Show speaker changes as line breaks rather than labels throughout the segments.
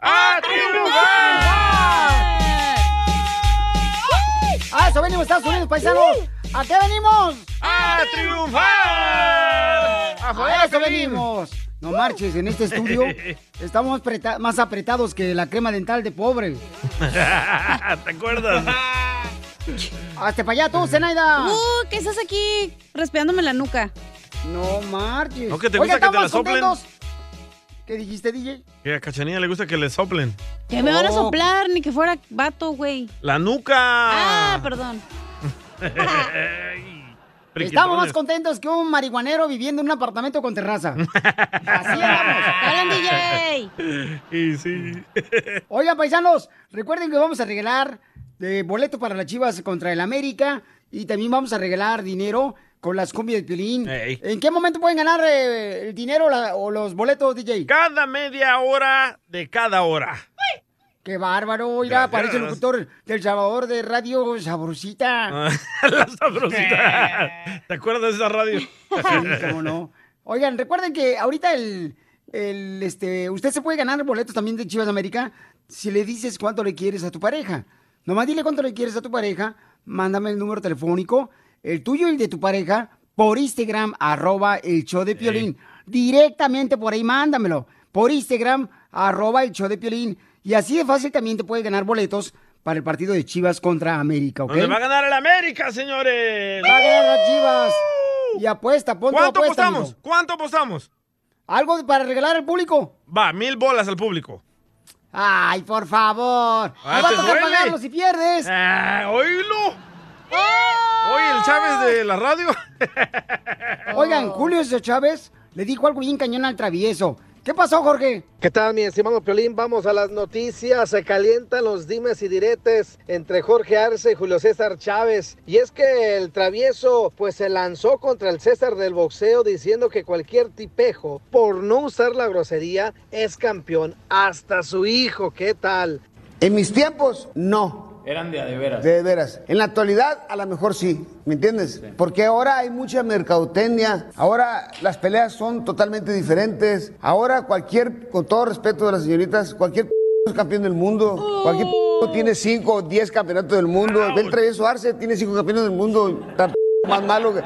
¡A triunfar!
¡A eso venimos, Estados Unidos, paisanos! ¿A qué venimos?
¡A triunfar!
¡A joder, a eso venimos! No marches, en este estudio estamos preta- más apretados que la crema dental de pobre.
¿Te acuerdas?
¡Hasta para allá tú, Zenaida!
Uh, ¿qué estás aquí? Respirándome la nuca.
No marches.
¿No que te
Oiga,
gusta que te la
¿estamos
soplen?
contentos? ¿Qué dijiste, DJ?
Que a Cachanilla le gusta que le soplen.
Que me van a
Oh.
soplar, ni que fuera vato, güey.
¡La nuca!
Ah, perdón.
Estamos más contentos que un marihuanero viviendo en un apartamento con terraza. Así andamos.
¡Hablan, DJ!
Y sí.
Oigan, paisanos, recuerden que vamos a regalar eh, boleto para las chivas contra el América y también vamos a regalar dinero con las cumbias de Pilín.
Ey.
¿En qué momento pueden ganar eh, el dinero la- o los boletos, DJ?
Cada media hora de cada hora.
¡Qué bárbaro! Mira,
Gracias.
parece el locutor del Salvador de Radio Sabrosita.
Ah, La sabrosita. ¿Te acuerdas de esa radio?
Sí, cómo no. Oigan, recuerden que ahorita el, el, este, usted se puede ganar boletos también de Chivas de América si le dices cuánto le quieres a tu pareja. Nomás dile cuánto le quieres a tu pareja, mándame el número telefónico, el tuyo y el de tu pareja, por Instagram, arroba el show de Piolín. Directamente por ahí, mándamelo. Por Instagram, arroba el show de Piolín. Y así de fácil también te puedes ganar boletos para el partido de Chivas contra América, ¿ok?
Donde va a ganar el América, señores.
Va a ganar las Chivas. Y apuesta, ponte
¿Cuánto
apuesta,
apostamos?
amigo.
¿Cuánto apostamos?
¿Algo para regalar al público?
Va, mil bolas al público.
Ay, por favor.
Ah,
Te va a
¿te
tocar
duele?
pagarlo si pierdes.
Ah, ¡Oílo!
¡Oh!
Oye, el Chávez de la radio.
Oigan, Julio Chávez le dijo algo bien cañón al travieso. ¿Qué pasó, Jorge?
¿Qué tal, mi estimado Piolín? Vamos a las noticias. Se calientan los dimes y diretes entre Jorge Arce y Julio César Chávez. Y es que el travieso, pues se lanzó contra el César del boxeo diciendo que cualquier tipejo, por no usar la grosería, es campeón. Hasta su hijo, ¿qué tal?
En mis tiempos, no.
Eran de a de veras.
De veras. En la actualidad, a lo mejor sí. ¿Me entiendes? Porque ahora hay mucha mercadotecnia. Ahora las peleas son totalmente diferentes. Ahora cualquier, con todo respeto de las señoritas, cualquier p- es campeón del mundo. Cualquier p- tiene 5 o 10 campeonatos del mundo. Del Travieso Arce tiene 5 campeonatos del mundo. Está p- más malo que,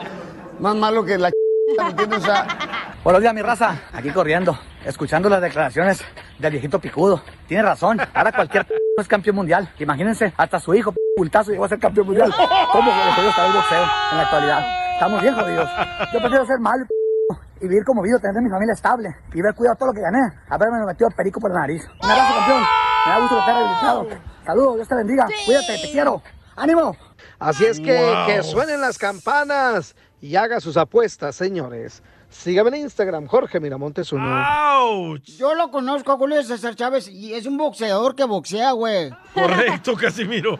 más malo que la ch- ¿me entiendes? O sea,
Buenos días, mi raza. Aquí corriendo, escuchando las declaraciones del viejito picudo. Tiene razón. Ahora cualquier p- es campeón mundial. Imagínense, hasta su hijo, p- bultazo, llegó a ser campeón mundial. ¿Cómo que jodido está el boxeo en la actualidad? Estamos bien jodidos. Yo prefiero ser malo p- y vivir como vivo, tener mi familia estable y ver cuidado todo lo que gané. Haberme metido el perico por la nariz. Un abrazo, campeón. Me da gusto que estés rehabilitado. Saludos, Dios te bendiga. Cuídate, te quiero. ¡Ánimo!
Así es que que suenen las campanas y haga sus apuestas, señores. Sígame en Instagram, Jorge Miramontes uno.
¡Auch!
Yo lo conozco a Julio César Chávez y es un boxeador que boxea, güey.
Correcto, Casimiro.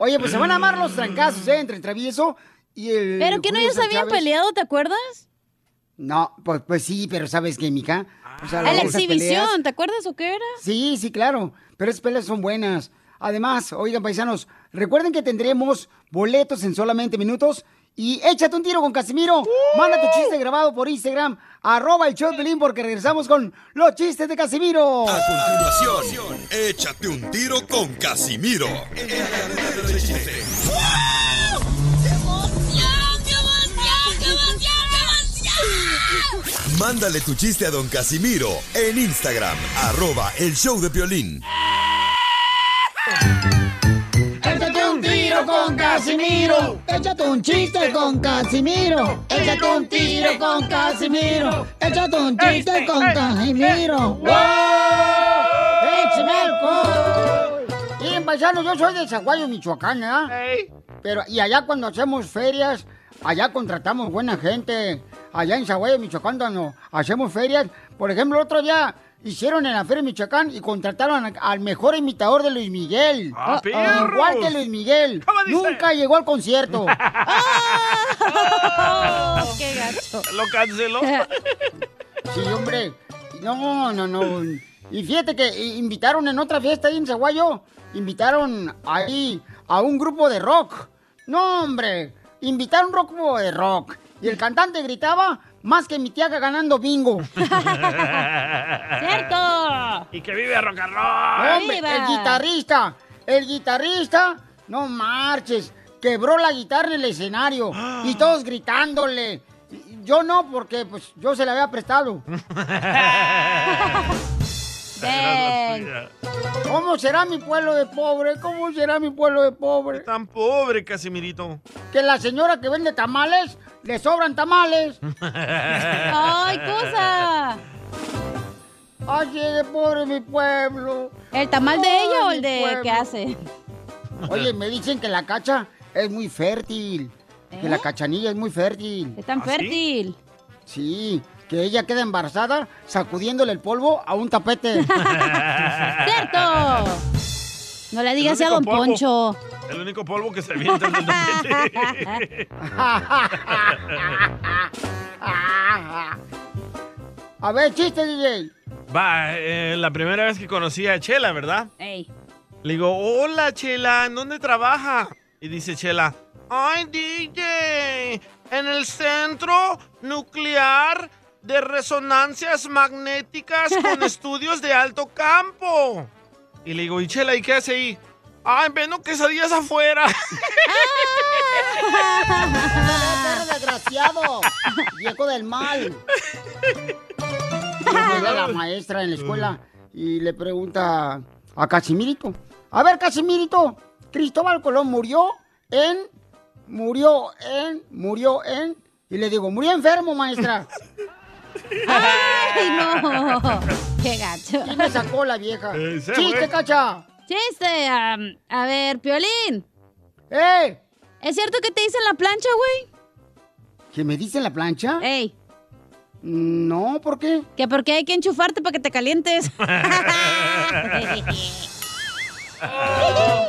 Oye, pues se van a amar los trancazos, ¿eh? Entre el travieso y el.
¿Pero que no
Julio
ellos
César
habían
Chávez.
peleado, te acuerdas?
No, pues, pues sí, pero ¿sabes qué, mija? O sea,
A Ah, la
esas peleas-
exhibición, ¿te acuerdas o qué era?
Sí, sí, claro. Pero esas peleas son buenas. Además, oigan, paisanos, recuerden que tendremos boletos en solamente minutos. Y échate un tiro con Casimiro. Manda tu chiste grabado por Instagram, arroba el show de Piolín, porque regresamos con los chistes de Casimiro.
continuación, échate un tiro con Casimiro. En la cadena de chiste.
¡Qué emoción, qué emoción, qué emoción, qué emoción!
Mándale tu chiste a don Casimiro en Instagram, arroba el show de Piolín.
Échate un tiro con Casimiro. Échate un chiste con Casimiro. Échate un tiro con Casimiro. Échate un chiste con Casimiro. ¡Wow! ¡Échame alcohol! Miren, paisano, yo soy de Zaguayo, Michoacán, ¿verdad? Pero, y allá cuando hacemos ferias, allá contratamos buena gente. Allá en Zaguayo, Michoacán, cuando hacemos ferias. Por ejemplo, el otro día hicieron en la feria de Michoacán y contrataron a- al mejor imitador de Luis Miguel.
¡Ah, perros!
Igual que Luis Miguel. Nunca llegó al concierto.
¡Qué gacho! Lo canceló.
Sí, hombre. No, no, no. Y fíjate que i- invitaron en otra fiesta ahí en Zaguayo, invitaron ahí a un grupo de rock. No, hombre. Invitaron un grupo de rock. Y el cantante gritaba más que mi tía ganando bingo.
¡Cierto! ¡Y que vive rock and roll!
Hombre, el guitarrista, el guitarrista, no marches, quebró la guitarra en el escenario y todos gritándole. Yo no, porque pues yo se la había prestado. ¿Cómo será mi pueblo de pobre? ¿Cómo será mi pueblo de pobre?
Tan pobre, Casimirito.
Que la señora que vende tamales, le sobran tamales.
¡Ay,
cosa! ¡Ay, qué pobre mi pueblo!
¿El tamal de
Ay,
ella o
mi
el de
pueblo.
que hace?
Oye, me dicen que la cacha es muy fértil. Que la cachanilla es muy fértil. ¿Es
¿Eh? tan ¿Ah, sí? fértil?
Sí, que ella queda embarazada sacudiéndole el polvo a un tapete.
¡Cierto! No le digas
El
a
único
Don
polvo.
Poncho.
El único polvo que se avienta es el tapete.
a ver, chiste, DJ.
Va, eh, la primera vez que conocí a Chela, ¿verdad? Le digo, hola Chela, ¿en dónde trabaja? Y dice Chela, ¡Ay, DJ! En el Centro Nuclear de Resonancias Magnéticas con Estudios de Alto Campo. Y le digo, ¿y Chela, y qué hace ahí? ¡Ay, vendo quesadillas afuera!
perro desgraciado! ¡Viejo del mal! Llega la maestra en la escuela y le pregunta a Casimirito. A ver, Casimirito, Cristóbal Colón murió en... Murió en... Murió en... Y le digo, murió enfermo, maestra.
¡Ay, no! ¡Qué gacho!
Y me sacó la vieja.
Eh, se
¡Chiste,
fue.
cacha!
¡Chiste! am, a ver, Piolín.
¡Eh!
¿Es cierto que te dicen la plancha, güey?
¿Que me dice la plancha? Mm.
¡Ey!
No, ¿por qué?
Que porque hay que enchufarte para que te calientes.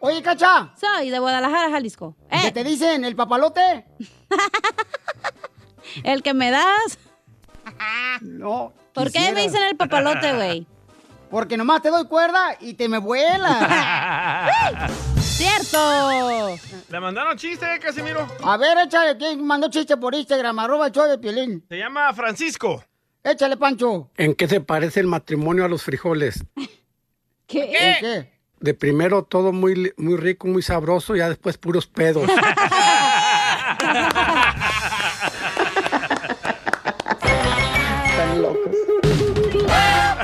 Oye, Cacha.
Soy de Guadalajara, Jalisco. Eh.
¿Qué te dicen? ¿El papalote?
¿El que me das?
No.
¿Por qué me dicen el papalote, güey?
Porque nomás te doy cuerda y te me vuelas.
¡Cierto!
Le mandaron chiste, Casimiro.
A ver, échale, ¿quién mandó chiste por Instagram? Arroba el show de Piolín.
Se llama Francisco.
Échale, Pancho.
¿En qué se parece el matrimonio a los frijoles?
¿Qué?
¿En qué?
De primero todo muy, li- muy rico, muy sabroso, ya después puros pedos.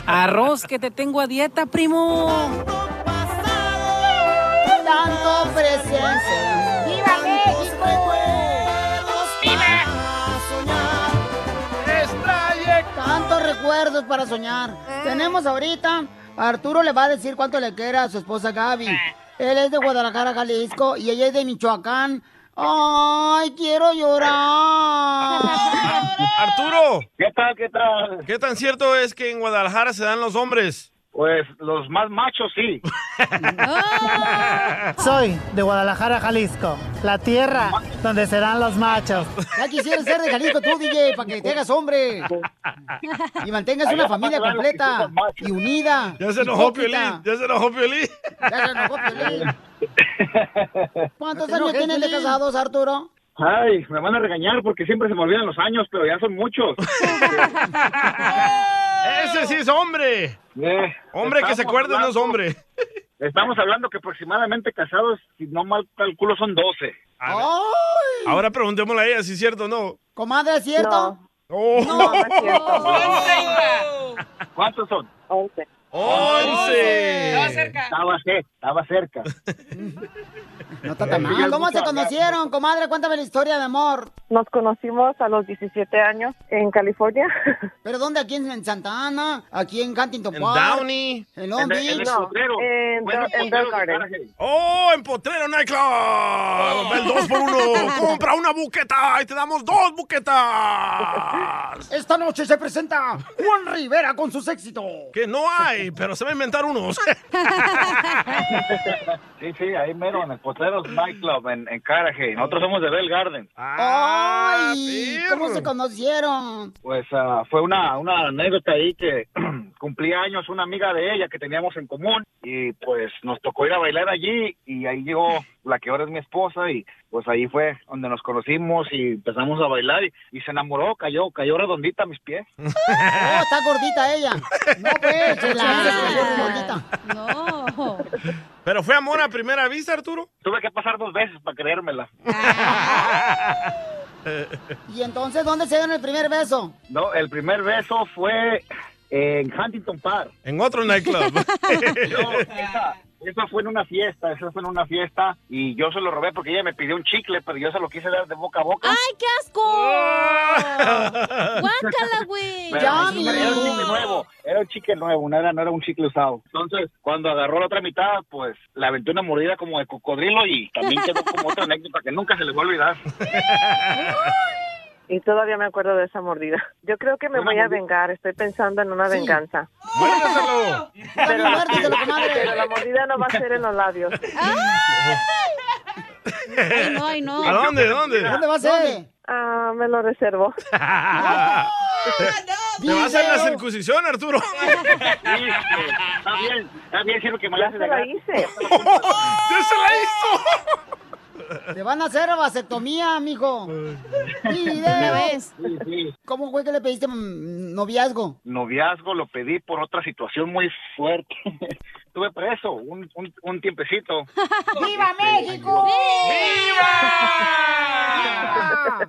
Arroz que te tengo a dieta, primo.
Tanto presencia. ¡Viva México! Tantos recuerdos para soñar. Tenemos ahorita, Arturo le va a decir cuánto le quiere a su esposa Gaby. Él es de Guadalajara, Jalisco, y ella es de Michoacán. ¡Ay, quiero llorar!
Arturo.
¿Qué tal? ¿Qué tal?
¿Qué tan cierto es que en Guadalajara se dan los hombres?
Pues los más machos sí.
Soy de Guadalajara, Jalisco, la tierra donde serán los machos.
Ya quisiera ser de Jalisco tú, DJ, para que te hagas hombre. Y mantengas una familia completa y unida.
Ya se enojó
hipócrita.
Piolín, ya se enojó Piolín.
Ya se enojó Piolín. ¿Cuántos
No te
años
enojes,
tienen de
Piolín.
casados, Arturo?
Ay, me van a regañar porque siempre se me olvidan los años, pero ya son muchos.
Ese sí es hombre.
Eh,
Hombre que se
estamos
acuerde no es
hablando-
hombre.
Estamos hablando que aproximadamente casados, si no mal calculo, son 12.
¡Ay!
Ahora preguntémosle a ella si es cierto o no.
Comadre, ¿es cierto?
No, no es cierto.
¿Cuántos son? Once.
Oh.
¡Once! Estaba
cerca. Estaba cerca, estaba cerca.
No está tan mal. Ah, ¿Cómo se conocieron, comadre? Cuéntame la historia de amor.
Nos conocimos a los 17 años en California.
¿Pero dónde? ¿Aquí en en Santa Ana? ¿Aquí en Huntington
En
Park?
Downey.
¿En Long Beach?
en,
Bueno,
Do- en
Potrero
Bell Garden.
¡Oh, en Potrero Nightclub! El 2 por 1 Compra una buqueta y te damos dos buquetas.
Esta noche se presenta Juan Rivera con sus éxitos.
Que no hay, pero se va a inventar unos.
Sí, sí, ahí mero, en el Potreros Nightclub, en, en Carajay. Nosotros somos de Bell Garden.
Ah,
¡Ay! ¿Cómo se conocieron?
Pues ah, fue una, una anécdota ahí que cumplía años una amiga de ella que teníamos en común y pues nos tocó ir a bailar allí y ahí llegó la que ahora es mi esposa y pues ahí fue donde nos conocimos y empezamos a bailar y, y se enamoró, cayó, cayó redondita a mis pies.
No, Oh, está gordita ella. No, pues, chela.
¿Pero fue amor a primera vista, Arturo?
Tuve que pasar dos veces para creérmela.
¿Y entonces dónde se dieron el primer beso?
No, el primer beso fue en Huntington Park.
En otro nightclub.
No, esa, esa fue en una fiesta, esa fue en una fiesta y yo se lo robé porque ella me pidió un chicle, pero yo se lo quise dar de boca a boca.
¡Ay, qué asco! ¡Guácala, güey!
Pero Era un chicle nuevo, era un chicle nuevo, Ah, no era, no era un chicle usado. Entonces, cuando agarró la otra mitad, pues le aventé una mordida como de cocodrilo y también quedó como otra anécdota que nunca se les va a olvidar.
Y todavía me acuerdo de esa mordida. Yo creo que me
Una
voy a
mordida.
vengar. Estoy pensando en una
Sí.
venganza.
¡Muérdeselo!
Pero, pero la mordida no va a ser en los labios.
Ay, no, ay, no.
¿A dónde, dónde? ¿Dónde
va a ser?
Ah, me lo reservo.
Ah, ¿Te te va a hacer la circuncisión, Arturo?
Está bien, está bien, sirve que me la haces de gratis.
¡Ya se la hizo!
Te van a hacer vasectomía, mijo. Y de vez.
Sí, sí.
¿Cómo fue que le pediste mm, noviazgo?
noviazgo lo pedí por otra situación muy fuerte. Estuve preso un, un, un tiempecito.
¡Viva México!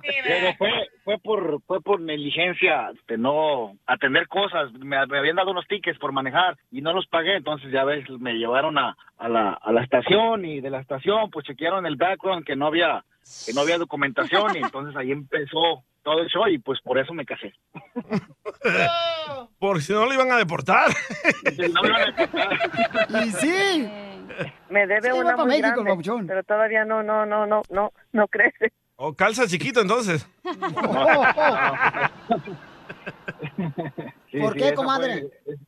¡Viva!
Pero fue, fue por fue por negligencia de no atender cosas. Me, me habían dado unos tickets por manejar y no los pagué. Entonces, ya ves, me llevaron a, a, la, a la estación y de la estación, pues chequearon el background que no había, que no había documentación. Y entonces ahí empezó todo el show y pues por eso me casé.
Porque si no lo iban a deportar.
Y sí.
Me debe
Sí,
una
va pa'
muy
México,
grande, pero todavía no, no, no, no, no, no crece.
O calza chiquito, entonces.
¿Por qué, comadre?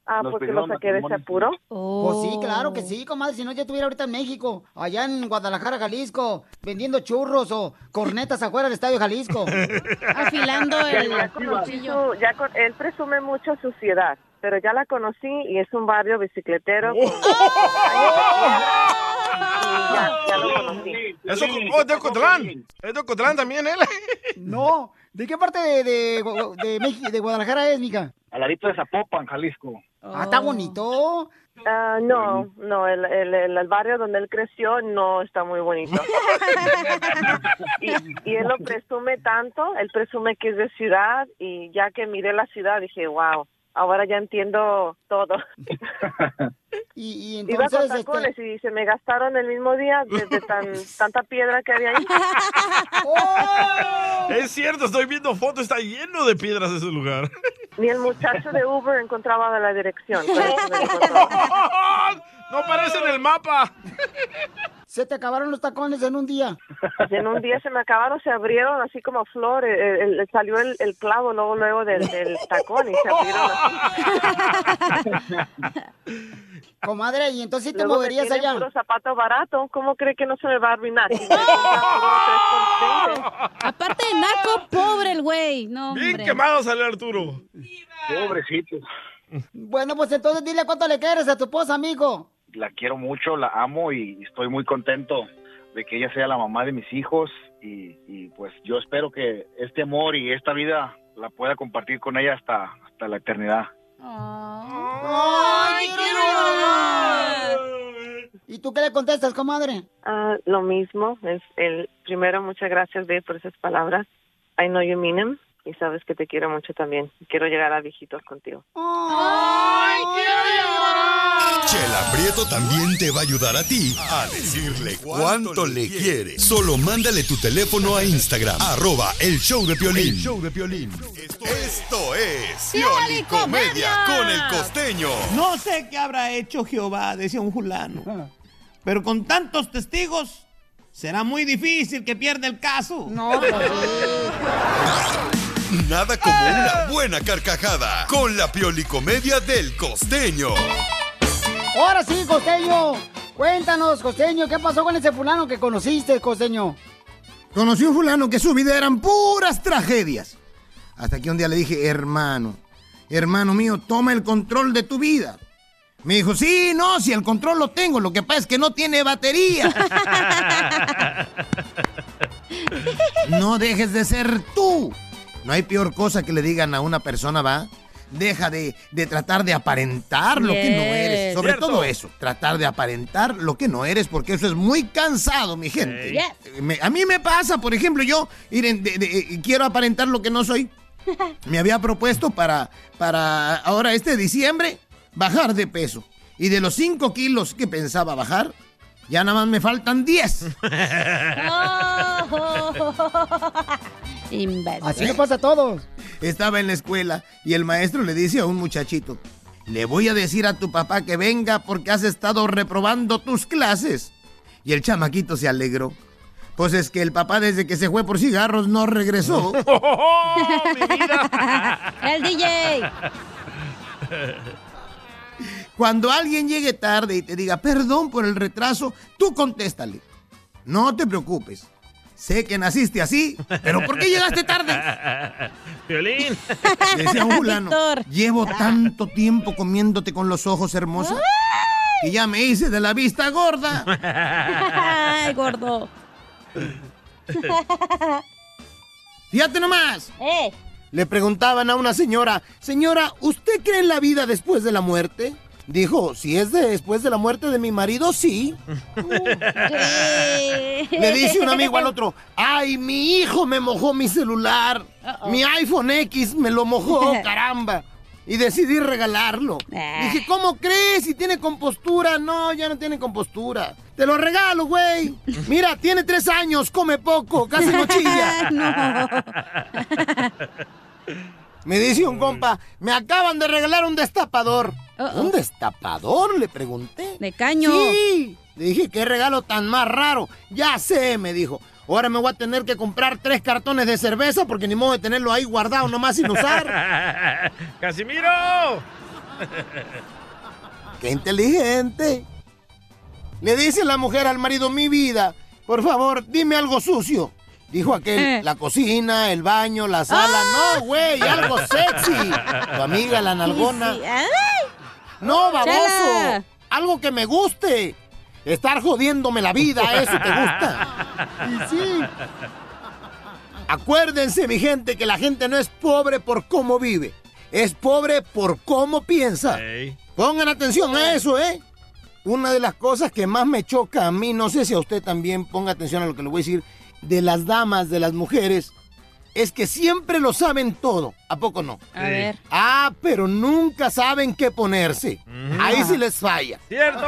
Ah, porque lo saqué de ese apuro.
Pues sí, claro
Oh.
que sí, comadre. Si no, yo estuviera ahorita en México, allá en Guadalajara, Jalisco, vendiendo churros o cornetas afuera del Estadio Jalisco.
Afilando el Ya con los cuchillo. Ya con- él presume mucho suciedad, pero ya la conocí y es un barrio
Oh.
bicicletero.
Es de Oco- oh, es de Ocotlán. Es de Ocotlán también, él.
No. ¿De qué parte de, de, Gu- de México, de Guadalajara es, mija?
Al ladito de Zapopan, Jalisco.
Ah,
Oh.
está bonito.
Ah, no, no, el, el, el, el barrio donde él creció no está muy bonito. y, y él lo presume tanto, él presume que es de ciudad y ya que miré la ciudad dije, wow, ahora ya entiendo todo.
Y,
Iba con
entonces, este
tacones y se me gastaron el mismo día desde tan, tanta piedra que había ahí.
Es cierto, estoy viendo fotos, está lleno de piedras ese lugar.
Ni el muchacho de Uber encontraba la dirección. por eso me dijo todo.
No aparece en el mapa.
Se te acabaron los tacones en un día.
Y Pues en un día se me acabaron, se abrieron así como flor, el- el- el- salió el, el clavo luego luego del, del tacón y se abrieron
Comadre, y entonces sí te
Luego me
moverías
tienen
allá.
puro zapato barato, ¿cómo cree que no se me va a arruinar?
Aparte de naco, pobre el güey. No,
Bien
hombre.
quemado sale Arturo.
Pobrecito.
Bueno, pues entonces dile cuánto le quieres a tu esposa, amigo.
la quiero mucho, la amo y estoy muy contento de que ella sea la mamá de mis hijos y, y, pues yo espero que este amor y esta vida la pueda compartir con ella hasta, hasta la eternidad.
¡Ay, quiero llorar! ¿Y tú qué le contestas, comadre?
Ah, lo mismo, es el primero, muchas gracias, Dave, por esas palabras. I know you mean them. y sabes que te quiero mucho también. Quiero llegar a viejitos contigo.
¡Ay,
Chela Prieto también te va a ayudar a ti a decirle cuánto le quiere. Solo mándale tu teléfono a Instagram, arroba el show de Piolín.
El
Esto es Pioli Comedia con el costeño.
No sé qué habrá hecho Jehová, decía un fulano. Pero con tantos testigos, será muy difícil que pierda el caso. No,
Nada como una buena carcajada con la Pioli Comedia del costeño.
Ahora sí, costeño. Cuéntanos, costeño, ¿qué pasó con ese fulano que conociste, costeño?
Conocí un fulano que su vida eran puras tragedias. Hasta que un día le dije, hermano, hermano mío, toma el control de tu vida. Me dijo, sí, no, si el control lo tengo, lo que pasa es que no tiene batería. no dejes de ser tú. No hay peor cosa que le digan a una persona, va. Deja de, de tratar de aparentar lo que no
Yes.
eres. Sobre
Cierto.
todo eso, tratar de aparentar lo que no eres, porque eso es muy cansado, mi gente. Eh,
Hey. Yes.
Me- a mí me pasa, por ejemplo, yo miren, de- de- eh, quiero aparentar lo que no soy. Me había propuesto para, para ahora este diciembre bajar de peso. Y de los 5 kilos que pensaba bajar, ya nada más me faltan 10.
Oh.
Así le pasa a todos.
Estaba en la escuela y el maestro le dice a un muchachito, le voy a decir a tu papá que venga porque has estado reprobando tus clases. Y el chamaquito se alegró. Pues es que el papá desde que se fue por cigarros no regresó.
El DJ.
Cuando alguien llegue tarde y te diga perdón por el retraso, tú contéstale. No te preocupes. Sé que naciste así, pero ¿por qué llegaste tarde?
Violín.
Decía un fulano, llevo tanto tiempo comiéndote con los ojos hermosa que ya me hice de la vista gorda.
Ay, gordo.
Fíjate nomás.
Eh.
Le preguntaban a una señora, señora, ¿usted cree en la vida después de la muerte? Dijo, si es de- después de la muerte de mi marido, sí. Le dice un amigo al otro, ay, mi hijo me mojó mi celular,
Uh-oh.
mi iPhone X me lo mojó, caramba. Y decidí regalarlo.
Ah.
Dije, ¿cómo crees? Si tiene compostura. No, ya no tiene compostura. Te lo regalo, güey. Mira, tiene tres años, come poco, casi no chilla. Me dice un compa, me acaban de regalar un destapador. ¿Un destapador? Le pregunté.
De caño.
Sí. Le dije, qué regalo tan más raro. Ya sé, me dijo. Ahora me voy a tener que comprar tres cartones de cerveza porque ni modo de tenerlo ahí guardado nomás sin usar.
¡Casimiro!
¡Qué inteligente! Le dice la mujer al marido, mi vida, por favor, dime algo sucio. Dijo aquel,
Eh.
la cocina, el baño, la sala.
¡Ah!
No, güey, algo sexy. Tu amiga, la nalgona.
Sí, sí.
No, baboso.
Chela.
Algo que me guste. Estar jodiéndome la vida, eso te gusta. Y sí. Acuérdense, mi gente, que la gente no es pobre por cómo vive, es pobre por cómo piensa. Pongan atención a eso, ¿eh? Una de las cosas que más me choca a mí, no sé si a usted también ponga atención a lo que le voy a decir, de las damas, de las mujeres, es que siempre lo saben todo. ¿A poco no?
A ver.
Ah, pero nunca saben qué ponerse. Ahí sí les falla.
¡Cierto!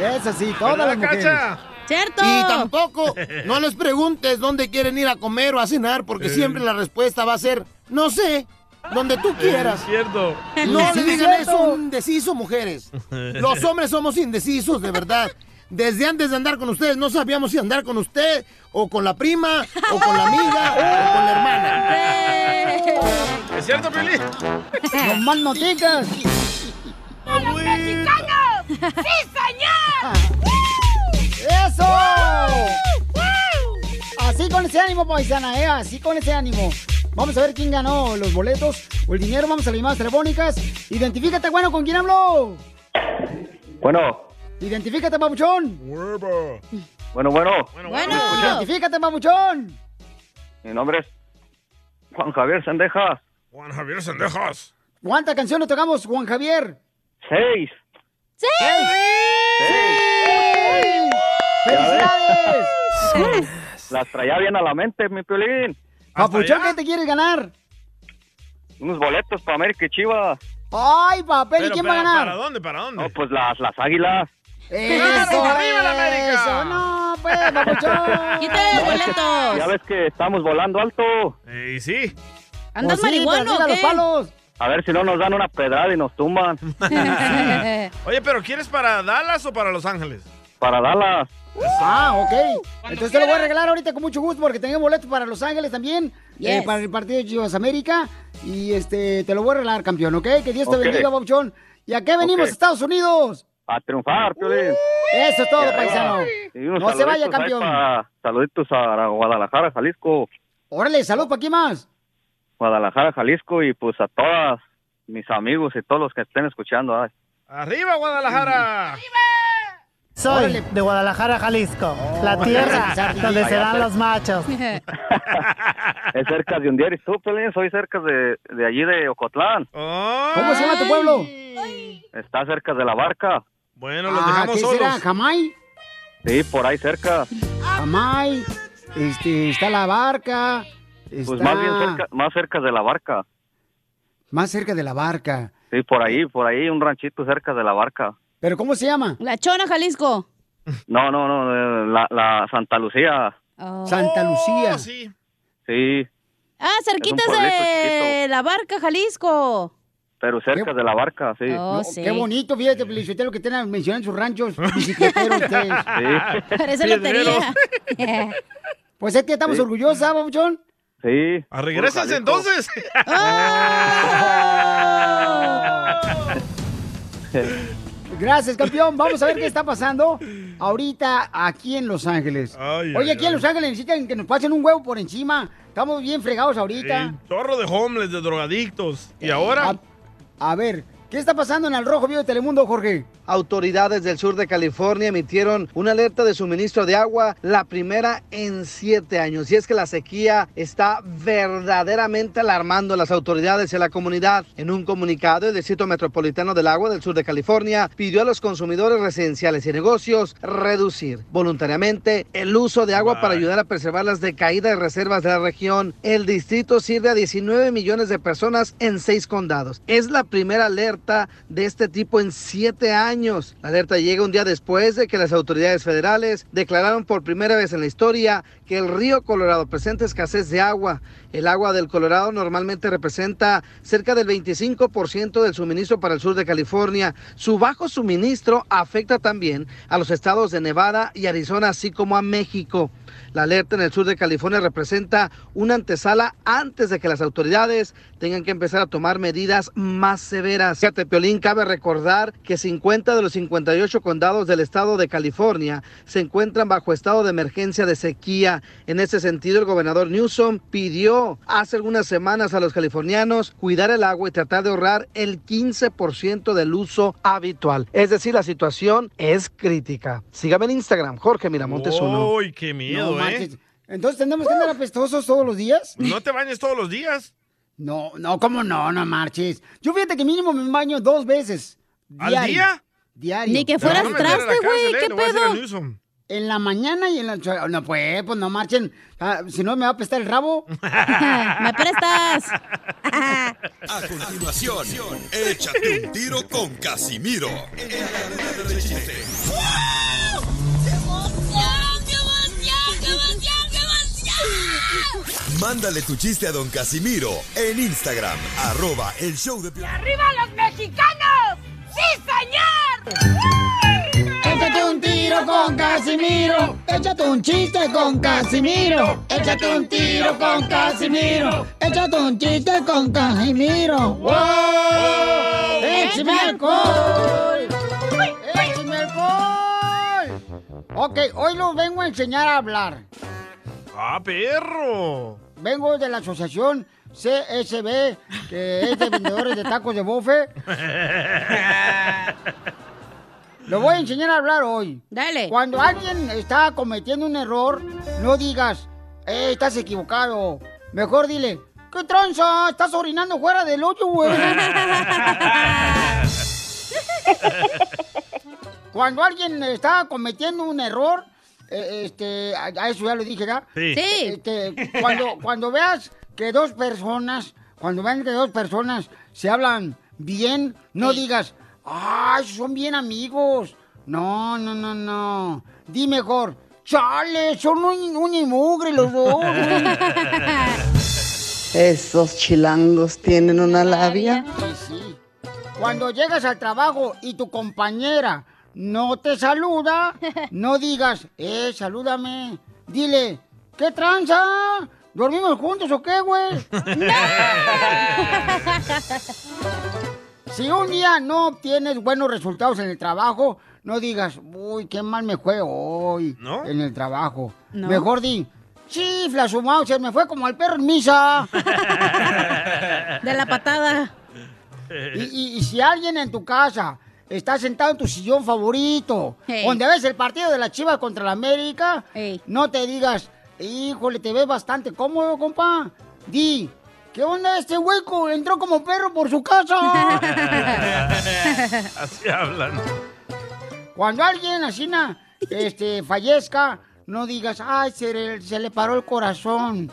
Es así,
toda la
¿Verdad, Cacha?
¡Cierto! Y tampoco, no les preguntes dónde quieren ir a comer o a cenar,
Eh.
porque siempre la respuesta va a ser, no sé, donde tú quieras.
cierto.
No
Eh. Sí,
le digan
cierto.
eso a un indeciso, mujeres. Los hombres somos indecisos, de verdad. Desde antes de andar con ustedes, no sabíamos si andar con usted, o con la prima, o con la amiga, o con la hermana.
¿Es cierto, Pili?
¡No más noticas!
¡Los mexicanos! ¡Sí, señor!
¡Eso! Así con ese ánimo, paisana, ¿eh? Así con ese ánimo. Vamos a ver quién ganó los boletos o el dinero. Vamos a las llamadas telefónicas. Identifícate, bueno, ¿con quién hablo?
Bueno,
Identifícate, papuchón.
bueno, bueno.
Identifícate, papuchón.
Mi nombre es Juan Javier Sendejas.
Juan Javier Sendejas.
¿Cuántas canciones tocamos, Juan Javier?
Seis.
¡Sí! ¡Sí! ¡Felicidades!
Las traía bien a la mente, mi piolín.
Papuchón, ¿qué te quieres ganar?
unos boletos para América y Chivas.
¡Ay, papel! ¿Y
Pero,
quién
pero,
va a ganar?
¿para
dónde? ¿Para dónde?
No, pues las, las águilas.
¡Eso!
¡Arriba la América!
¡Eso!
Ah,
¡No, pues, papuchón!
¡Quítale los boletos!
Ya ves que estamos volando alto.
Eh, Y sí.
¿Andas
Pues sí, pero
marihuano o
arriba los
qué?
palos.
A ver si no nos dan una pedrada y nos tumban.
Oye, pero ¿quieres para Dallas o para Los Ángeles?
para Dallas.
Ah, ok. Entonces te lo voy a regalar ahorita con mucho gusto porque tenemos boletos para Los Ángeles también. eh,
Yes.
para el partido de Chivas América. Y este, te lo voy a regalar, campeón, ¿ok? Que Dios te
Ok.
bendiga, Papuchón. ¿Y a qué venimos,
Ok.
Estados Unidos?
A triunfar, Piolín.
¡Uh!
Eso es todo,
Ya.
paisano.
Y unos
No se
saluditos
vaya,
ahí
campeón.
pa- saluditos a Guadalajara, Jalisco.
Órale, salud, ¿para quién más?
Guadalajara, Jalisco y pues a todas mis amigos y todos los que estén escuchando. ay.
¡Arriba, Guadalajara!
Soy de Guadalajara, Jalisco,
Oh.
la tierra donde
Allá
serán
cerca.
los machos.
Es cerca de Undiar y tú, Piolín, soy cerca de, de allí de Ocotlán.
¿Cómo
se llama tu pueblo?
Está cerca de la barca.
Bueno,
los
Ah, ¿qué será? ¿Jamay?
Sí, por ahí cerca.
Jamay. Este, está la barca. Está
Pues más bien cerca, más cerca de la barca.
más cerca de la barca.
Sí, por ahí, por ahí, un ranchito cerca de la barca.
¿Pero cómo se llama?
La Chona, Jalisco.
No, no, no, eh, la, la Santa Lucía.
Oh.
Santa Lucía.
Sí,
Ah, cerquitas
pueblito
de la barca, Jalisco.
pero cerca de la barca, sí.
Oh,
No,
sí.
Qué bonito, fíjate, Felicitelo que tienen mencionan sus ranchos bicicleteros ustedes.
Sí.
Parece lotería.
Pues es que estamos
Sí.
orgullosos, ¿ah, Babuchón?
Sí.
Ah, Regresense
Puro Jalisco.
entonces.
Gracias, campeón. Vamos a ver qué está pasando ahorita aquí en Los Ángeles.
Ay,
Oye,
ay,
aquí en
ay.
Los Ángeles necesitan que nos pasen un huevo por encima. Estamos bien fregados ahorita. Ah,
El chorro de homeless, de drogadictos.
Eh,
¿Y ahora?
A, a ver, ¿qué está pasando en el Rojo Vivo de Telemundo, Jorge?
Autoridades del sur de California emitieron una alerta de suministro de agua, la primera en siete años. Y es que la sequía está verdaderamente alarmando a las autoridades y a la comunidad. En un comunicado, el Distrito Metropolitano del Agua del sur de California pidió a los consumidores residenciales y negocios reducir voluntariamente el uso de agua para ayudar a preservar las decaídas reservas de la región. El distrito sirve a 19 millones de personas en seis condados. Es la primera alerta de este tipo en siete años. La alerta llega un día después de que las autoridades federales declararon por primera vez en la historia que el río Colorado presenta escasez de agua. El agua del Colorado normalmente representa cerca del 25% del suministro para el sur de California. Su bajo suministro afecta también a los estados de Nevada y Arizona, así como a México. La alerta en el sur de California representa una antesala antes de que las autoridades tengan que empezar a tomar medidas más severas. Fíjate, Piolín, cabe recordar que 50 de los 58 condados del estado de California se encuentran bajo estado de emergencia de sequía. En ese sentido, el gobernador Newsom pidió hace algunas semanas a los californianos cuidar el agua y tratar de ahorrar el 15% del uso habitual. Es decir, la situación es crítica. Sígame en Instagram, Jorge Miramontes uno.
Uy, qué miedo,
No
¿eh?
manches. Entonces tenemos que andar apestosos todos los días.
No te bañes todos los días.
No, no, ¿cómo no? No marches. Yo fíjate que mínimo me baño dos veces.
¿Al
diario.
día?
Diario.
Ni que fueras
Te van a meter a la
traste, güey.
cárcel, ¿eh?
¿Qué
Le voy a decir a
pedo?
Newsom.
En la mañana y en la... cho- No, pues, pues no marchen. Ah, si no, me va a apestar el rabo.
¿Me prestas?
A continuación, échate un tiro con Casimiro. Mándale tu chiste a don Casimiro en Instagram, arroba el show de Piolín.
¡Arriba los mexicanos! ¡Sí, señor!
Échate un tiro con Casimiro. Échate un chiste con Casimiro. Échate un tiro con Casimiro. Échate un chiste con Casimiro. ¡Wow! ¡Échame alcohol! ¡Échame alcohol! Ok, hoy los vengo a enseñar a hablar.
¡Ah, perro!
Vengo de la asociación CSB, que es de vendedores de tacos de bofe. Lo voy a enseñar a hablar hoy. Dale. Cuando alguien está cometiendo un error, no digas, "Eh, estás equivocado. Mejor dile, ¿qué tranza? Estás orinando fuera del hoyo, güey. Cuando alguien está cometiendo un error, eh, este, a, a eso ya lo dije, ¿ya?
Sí. Sí.
Este, cuando, cuando veas que dos personas cuando van entre dos personas, se hablan bien, no digas, ¡ay, son bien amigos! No, no, no, no. Di mejor, ¡chale, son un, un inmugre los dos!
Esos chilangos tienen una labia.
Cuando llegas al trabajo y tu compañera no te saluda, no digas, eh, salúdame. Dile, ¿qué tranza? ¿Dormimos juntos o qué, güey? Si un día no obtienes buenos resultados en el trabajo, no digas, uy, qué mal me fue hoy en el trabajo.
No.
Mejor di, chifla su se me fue como al perro en misa. De la patada. Y, y- y si alguien en tu casa está sentado en tu sillón favorito,
Hey.
donde ves el partido de la Chivas contra la América, no te digas, híjole, te ves bastante cómodo, compa. Di, ¿qué onda este hueco? Entró como perro por su casa.
Así hablan.
Cuando alguien así na, este, fallezca, no digas, ay, se, le- se le paró el corazón.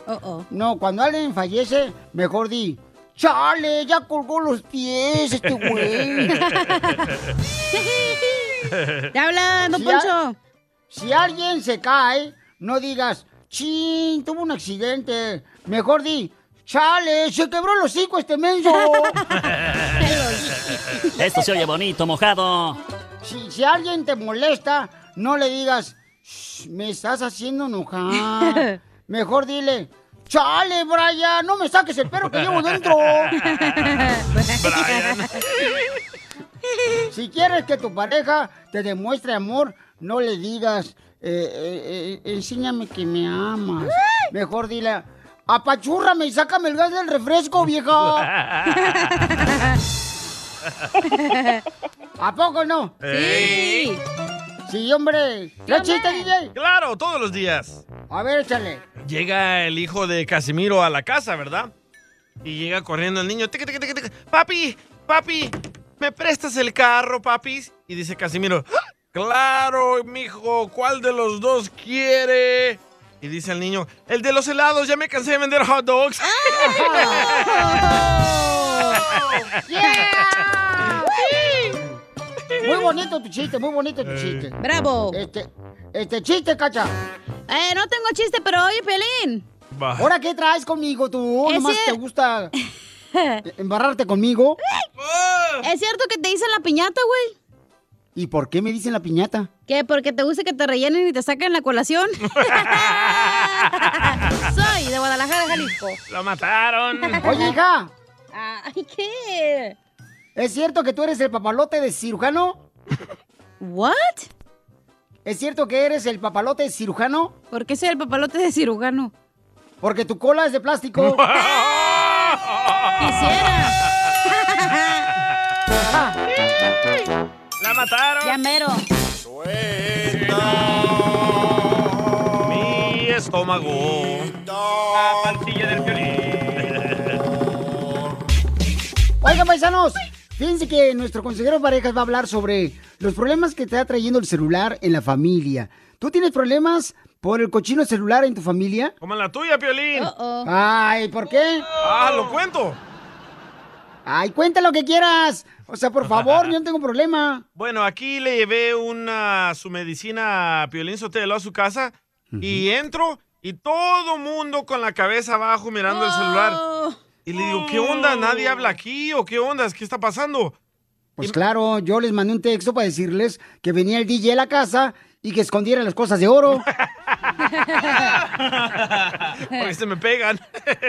No, cuando alguien fallece, mejor di, chale, ya colgó los pies este güey.
¡Te habla, don Poncho!
al- si alguien se cae, no digas, chin, tuvo un accidente. Mejor di, chale, se quebró los hocico este menso.
Esto se oye bonito, mojado.
si, si alguien te molesta, no le digas, "Shh, me estás haciendo enojar. Mejor dile, chale, Brian, no me saques el perro que llevo dentro. Si quieres que tu pareja te demuestre amor, no le digas, eh, eh, eh, enséñame que me amas. Mejor dile, apachúrrame y sácame el gas del refresco,
Oh.
vieja. ¿A poco no?
Sí.
Sí, hombre. ¿Qué chiste, DJ?
Claro, todos los días.
A ver, échale.
Llega el hijo de Casimiro a la casa, ¿verdad? Y llega corriendo el niño. "Tic, tic, tic, tic, Papi, papi, ¿me prestas el carro, papi? Y dice Casimiro, "¡Ah! claro, mijo, ¿cuál de los dos quiere? Y dice el niño, el de los helados, ya me cansé de vender hot dogs.
Muy bonito tu chiste, muy bonito tu chiste.
Bravo.
Este, este chiste, cacha.
Eh, no tengo chiste, pero oye, Pelín.
¿Ahora qué traes conmigo tú?
Es
Nomás
cier-
te gusta embarrarte conmigo.
¿Es cierto que te dicen la piñata, güey?
¿Y por qué me dicen la piñata?
¿Qué? ¿Porque te gusta que te rellenen y te saquen la colación? Soy de Guadalajara, Jalisco.
Lo mataron.
Oye, hija.
Ay, ¿qué?
¿Es cierto que tú eres el papalote de cirujano?
¿What?
¿Es cierto que eres el papalote de cirujano?
¿Por qué soy el papalote de cirujano?
Porque tu cola es de plástico.
La mataron.
Ya mero.
Mi estómago. La pastilla del violín.
Oigan, paisanos, fíjense que nuestro consejero de parejas va a hablar sobre los problemas que te está trayendo el celular en la familia. ¿Tú tienes problemas por el cochino celular en tu familia?
Como la tuya, Piolín.
Ay, ¿por qué?
Ah, lo cuento.
Ay, cuenta lo que quieras. O sea, por favor, yo no tengo problema.
Bueno, aquí le llevé una su medicina a Piolín Sotelo a su casa y entro y todo mundo con la cabeza abajo mirando el celular. Y le digo, ¿qué
Oh.
onda? ¿Nadie habla aquí o qué onda? ¿Qué está pasando?
Pues claro, yo les mandé un texto para decirles que venía el DJ a la casa y que escondiera las cosas de oro.
Porque se me pegan.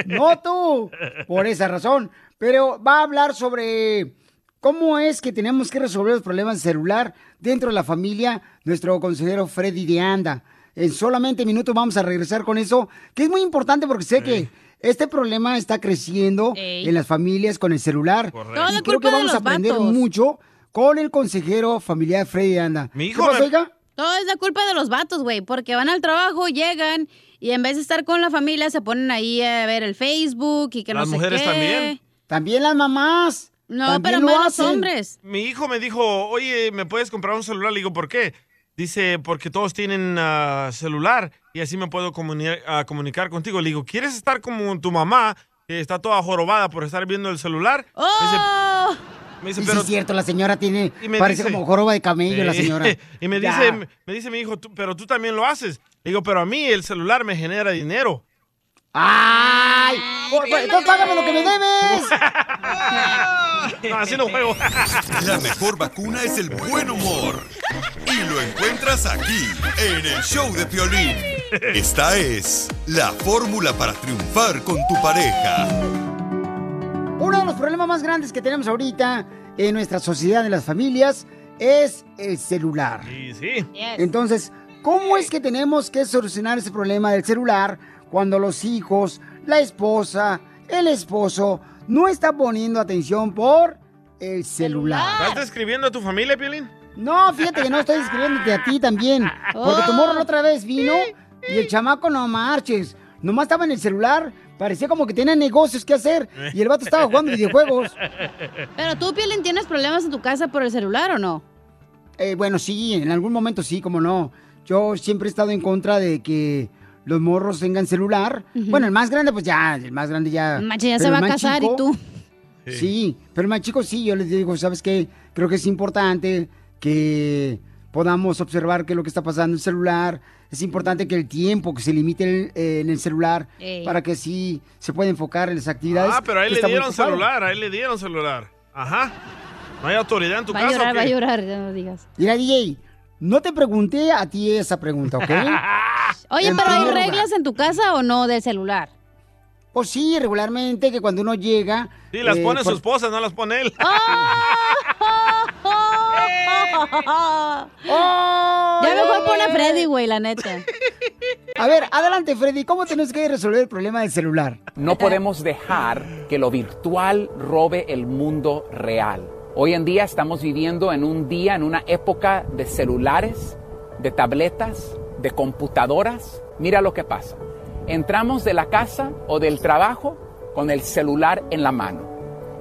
No tú, por esa razón. Pero va a hablar sobre cómo es que tenemos que resolver los problemas de celular dentro de la familia, nuestro consejero Freddy de Anda. En solamente minutos vamos a regresar con eso, que es muy importante porque sé que este problema está creciendo
Ey.
en las familias con el celular.
Correcto. Todo
Y
es
creo
culpa
que
de
vamos a
los
aprender
vatos.
mucho con el consejero familiar Freddy de Anda.
Mi
¿Qué pasó, hija?
Todo es la culpa de los vatos, güey, porque van al trabajo, llegan y en vez de estar con la familia se ponen ahí a ver el Facebook y que no
Las
sé
mujeres
qué.
también.
También las mamás.
No,
También
pero
lo
más los
hacen.
hombres.
Mi hijo me dijo, oye, ¿me puedes comprar un celular? Le digo, ¿por qué? Dice, porque todos tienen ah, celular y así me puedo comuni- ah, comunicar contigo. Le digo, ¿quieres estar como tu mamá que está toda jorobada por estar viendo el celular.
¡Oh!
Me
Sí,
dice,
sí,
pero-
es cierto, la señora tiene.
Y me
parece
dice-
como joroba de camello, la
Sí.
señora.
y me
Ya.
dice, me dice mi hijo, "Tú- pero tú también lo haces. Le digo, pero a mí el celular me genera dinero.
¡Ay! Por- por- Entonces págame lo que me debes.
Ah, No, así no juego.
La mejor vacuna es el buen humor. Y lo encuentras aquí, en el show de Piolín. Esta es la fórmula para triunfar con tu pareja.
Uno de los problemas más grandes que tenemos ahorita en nuestra sociedad, en las familias, es el celular.
Y sí.
Entonces, ¿cómo es que tenemos que solucionar ese problema del celular cuando los hijos, la esposa, el esposo no están poniendo atención por el celular?
¿Estás escribiendo a tu familia, Piolín?
No, fíjate que no estoy escribiéndote a ti también. Porque tu morro la otra vez vino y el chamaco no marches. Nomás estaba en el celular, parecía como que tenía negocios que hacer y el vato estaba jugando videojuegos.
Pero tú, Pielin, ¿tienes problemas en tu casa por el celular o no?
Eh, bueno, sí, en algún momento sí, como no. Yo siempre he estado en contra de que los morros tengan celular.
Ujú.
Bueno, el más grande, pues ya, el más grande ya.
Manche, ya se
pero
va
el
a
más
casar y
chico,
tú.
Sí. pero el más chico sí, yo les digo, ¿sabes qué? Creo que es importante que podamos observar qué es lo que está pasando en el celular. Es importante que el tiempo que se limite el- eh, en el celular
Ey.
para que sí se pueda enfocar en las actividades.
Ah, pero ahí
que
le
está muy
dieron
ocupado.
celular, ahí le dieron celular. Ajá. ¿No hay autoridad en tu
Va a
casa o
llorar,
qué?
va a llorar, ya no digas.
Mira, DJ, no te pregunté a ti esa pregunta, ¿ok?
Oye,
En
pero ¿hay
primer lugar.
reglas en tu casa o no del celular?
Pues sí, regularmente que cuando uno llega...
Sí, las
eh,
pone
por- Ah.
su esposa, no las pone él.
ya mejor
¡Oh!
pone a Freddy, güey, la neta.
A ver, adelante, Freddy, ¿cómo tenemos que resolver el problema del celular?
No podemos dejar que lo virtual robe el mundo real. Hoy en día estamos viviendo en un día, en una época de celulares, de tabletas, de computadoras. Mira lo que pasa. Entramos de la casa o del trabajo con el celular en la mano.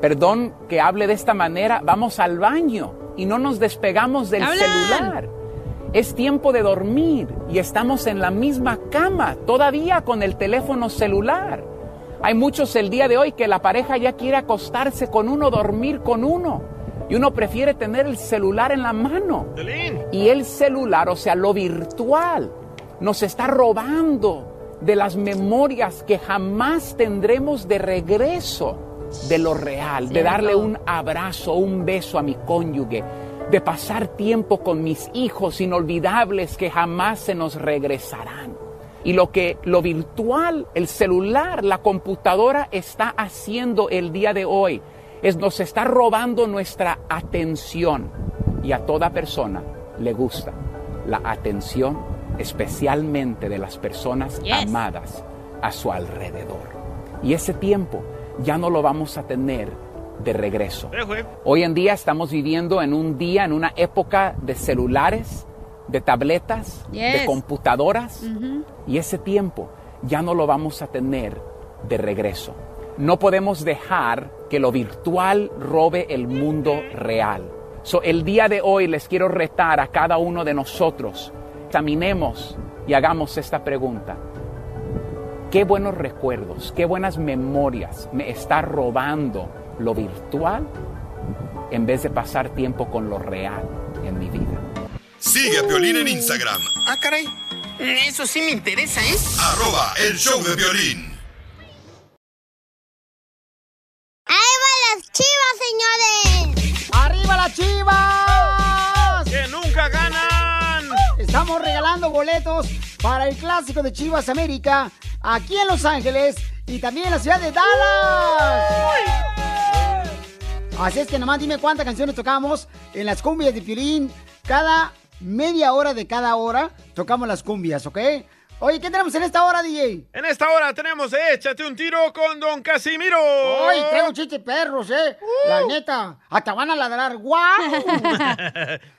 Perdón que hable de esta manera, vamos al baño y no nos despegamos del celular. Es tiempo de dormir y estamos en la misma cama, todavía con el teléfono celular. Hay muchos el día de hoy que la pareja ya quiere acostarse con uno, dormir con uno. Y uno prefiere tener el celular en la mano. Y el celular, o sea, lo virtual, nos está robando de las memorias que jamás tendremos de regreso de lo real, de
Cierto.
darle un abrazo, un beso a mi cónyuge, de pasar tiempo con mis hijos inolvidables que jamás se nos regresarán. Y lo que lo virtual, el celular, la computadora está haciendo el día de hoy es nos está robando nuestra atención. Y a toda persona le gusta la atención, especialmente de las personas amadas a su alrededor. Y ese tiempo ya no lo vamos a tener de regreso. Hoy en día estamos viviendo en un día, en una época de celulares, de tabletas, de
Yes.
computadoras, y ese tiempo ya no lo vamos a tener de regreso. No podemos dejar que lo virtual robe el mundo real. So, el día de hoy les quiero retar a cada uno de nosotros. Examinemos y hagamos esta pregunta. Qué buenos recuerdos, qué buenas memorias me está robando lo virtual en vez de pasar tiempo con lo real en mi vida.
Sigue a Piolín en Instagram,
Ah, caray. Eso sí me interesa, ¿eh?
arroba el show de Piolín.
¡Arriba las chivas, señores!
¡Arriba las chivas!
¡Que nunca ganan!
Estamos regalando boletos para el clásico de Chivas América aquí en Los Ángeles y también en la ciudad de Dallas. Así es que nomás dime cuántas canciones tocamos en las cumbias de Piolín. Cada media hora de cada hora tocamos las cumbias, ¿ok? Oye, ¿qué tenemos en esta hora, DJ?
En esta hora tenemos Échate un tiro con Don Casimiro.
¡Ay,
Oh.
traigo chistes perros, eh! La neta, hasta van a ladrar. ¡Guau!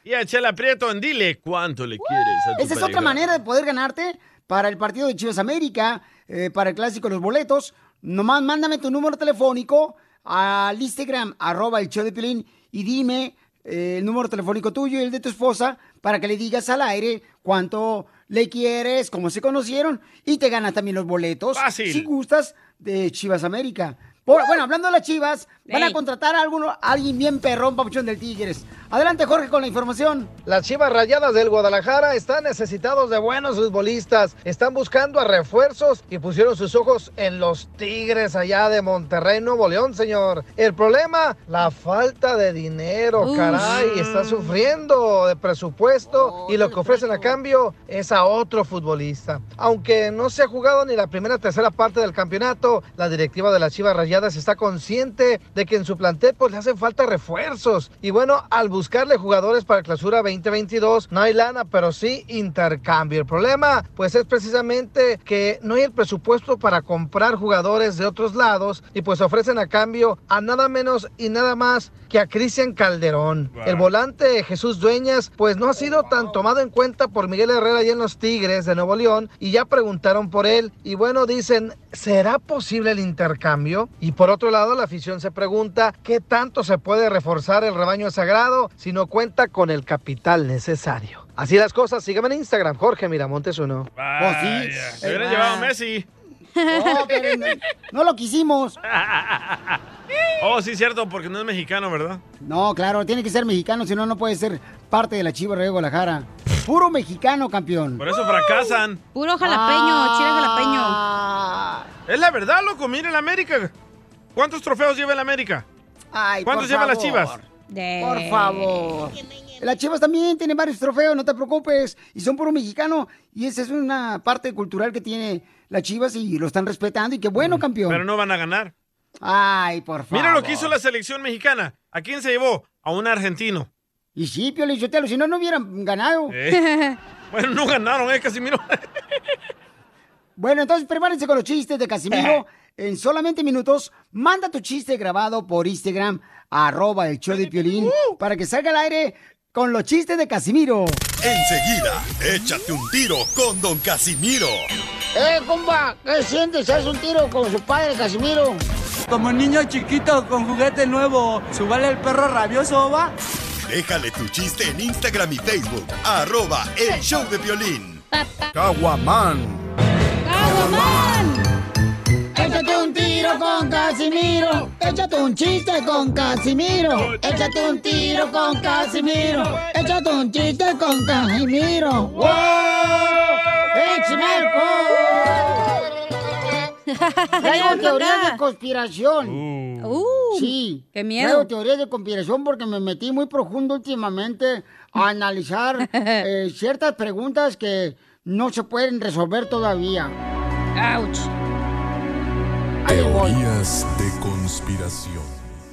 y a Chela Prieto en Dile cuánto le quieres a tu
Esa es
pareja.
otra manera de poder ganarte para el partido de Chivas América, eh, para el clásico de los boletos. Nomás mándame tu número telefónico al Instagram, arroba el show de Piolín, y dime eh, el número telefónico tuyo y el de tu esposa para que le digas al aire cuánto le quieres, cómo se conocieron y te ganas también los boletos.
Fácil.
Si gustas de Chivas América. Por- bueno, hablando de las Chivas, van a
Ey.
contratar a, alguno, a alguien bien perrón, papuchón del Tigres. Adelante, Jorge, con la información.
Las Chivas Rayadas del Guadalajara están necesitados de buenos futbolistas, están buscando a refuerzos y pusieron sus ojos en los Tigres allá de Monterrey, Nuevo León, señor. El problema, la falta de dinero,
Uy.
caray, está sufriendo de presupuesto y lo que ofrecen a cambio es a otro futbolista. Aunque no se ha jugado ni la primera tercera parte del campeonato, la directiva de las Chivas Rayadas está consciente de que en su plantel pues le hacen falta refuerzos. Y bueno, al buscarle jugadores para clausura 2022, no hay lana, pero sí intercambio. El problema pues es precisamente que no hay el presupuesto para comprar jugadores de otros lados y pues ofrecen a cambio a nada menos y nada más que a Cristian Calderón. El volante Jesús Dueñas pues no ha sido tan tomado en cuenta por Miguel Herrera y en los Tigres de Nuevo León y ya preguntaron por él y bueno dicen, ¿será posible el intercambio? Y por otro lado la afición se pregunta, ¿qué tanto se puede reforzar el rebaño sagrado si no cuenta con el capital necesario? Así las cosas, sígueme en Instagram, Jorge Miramontes uno.
Pues
Pues
Vaya, Se hubiera
Eh,
llevado a
va.
Messi.
No, pero no, no lo quisimos.
Oh, sí, cierto, porque no es mexicano, ¿verdad?
No, claro, tiene que ser mexicano, si no, no puede ser parte de la Chivas Rayadas de Guadalajara. Puro mexicano, campeón.
Por eso fracasan.
Puro jalapeño,
Ah.
chile jalapeño.
Es la verdad, loco. Mira el América. ¿Cuántos trofeos lleva el América?
Ay,
¿Cuántos
por
lleva las
favor.
Chivas?
Eh.
Por favor. Las Chivas también tienen varios trofeos, no te preocupes. Y son puro mexicano. Y esa es una parte cultural que tiene las Chivas y lo están respetando. Y qué bueno, campeón.
Pero no van a ganar.
Ay, por favor.
Mira lo que hizo la selección mexicana. ¿A quién se llevó? A un argentino.
Y sí, Pio Lichotelo, si no, no hubieran ganado.
Eh. Bueno, no ganaron, eh, Casimiro.
Bueno, entonces prepárense con los chistes de Casimiro. En solamente minutos, manda tu chiste grabado por Instagram, arroba el show de Piolín, para que salga al aire con los chistes de Casimiro.
Enseguida, échate un tiro con Don Casimiro.
¡Eh, compa! ¿Qué sientes? ¿Haz un tiro con su padre, Casimiro?
Como niño chiquito con juguete nuevo, ¿subale el perro rabioso va?
Déjale tu chiste en Instagram y Facebook. Arroba el show de violín.
Caguaman.
Échate un tiro con Casimiro. Échate un chiste con Casimiro. Échate un tiro con Casimiro. Échate un chiste con Casimiro. ¡Wow! ¡Eh,
¡Eh,
¡Échame alcohol! Traigo teoría de conspiración. sí. ¡Qué
miedo.
Traigo teoría de conspiración porque me metí muy profundo últimamente a analizar eh, ciertas preguntas que no se pueden resolver todavía. ¡Auch!
Teorías de conspiración.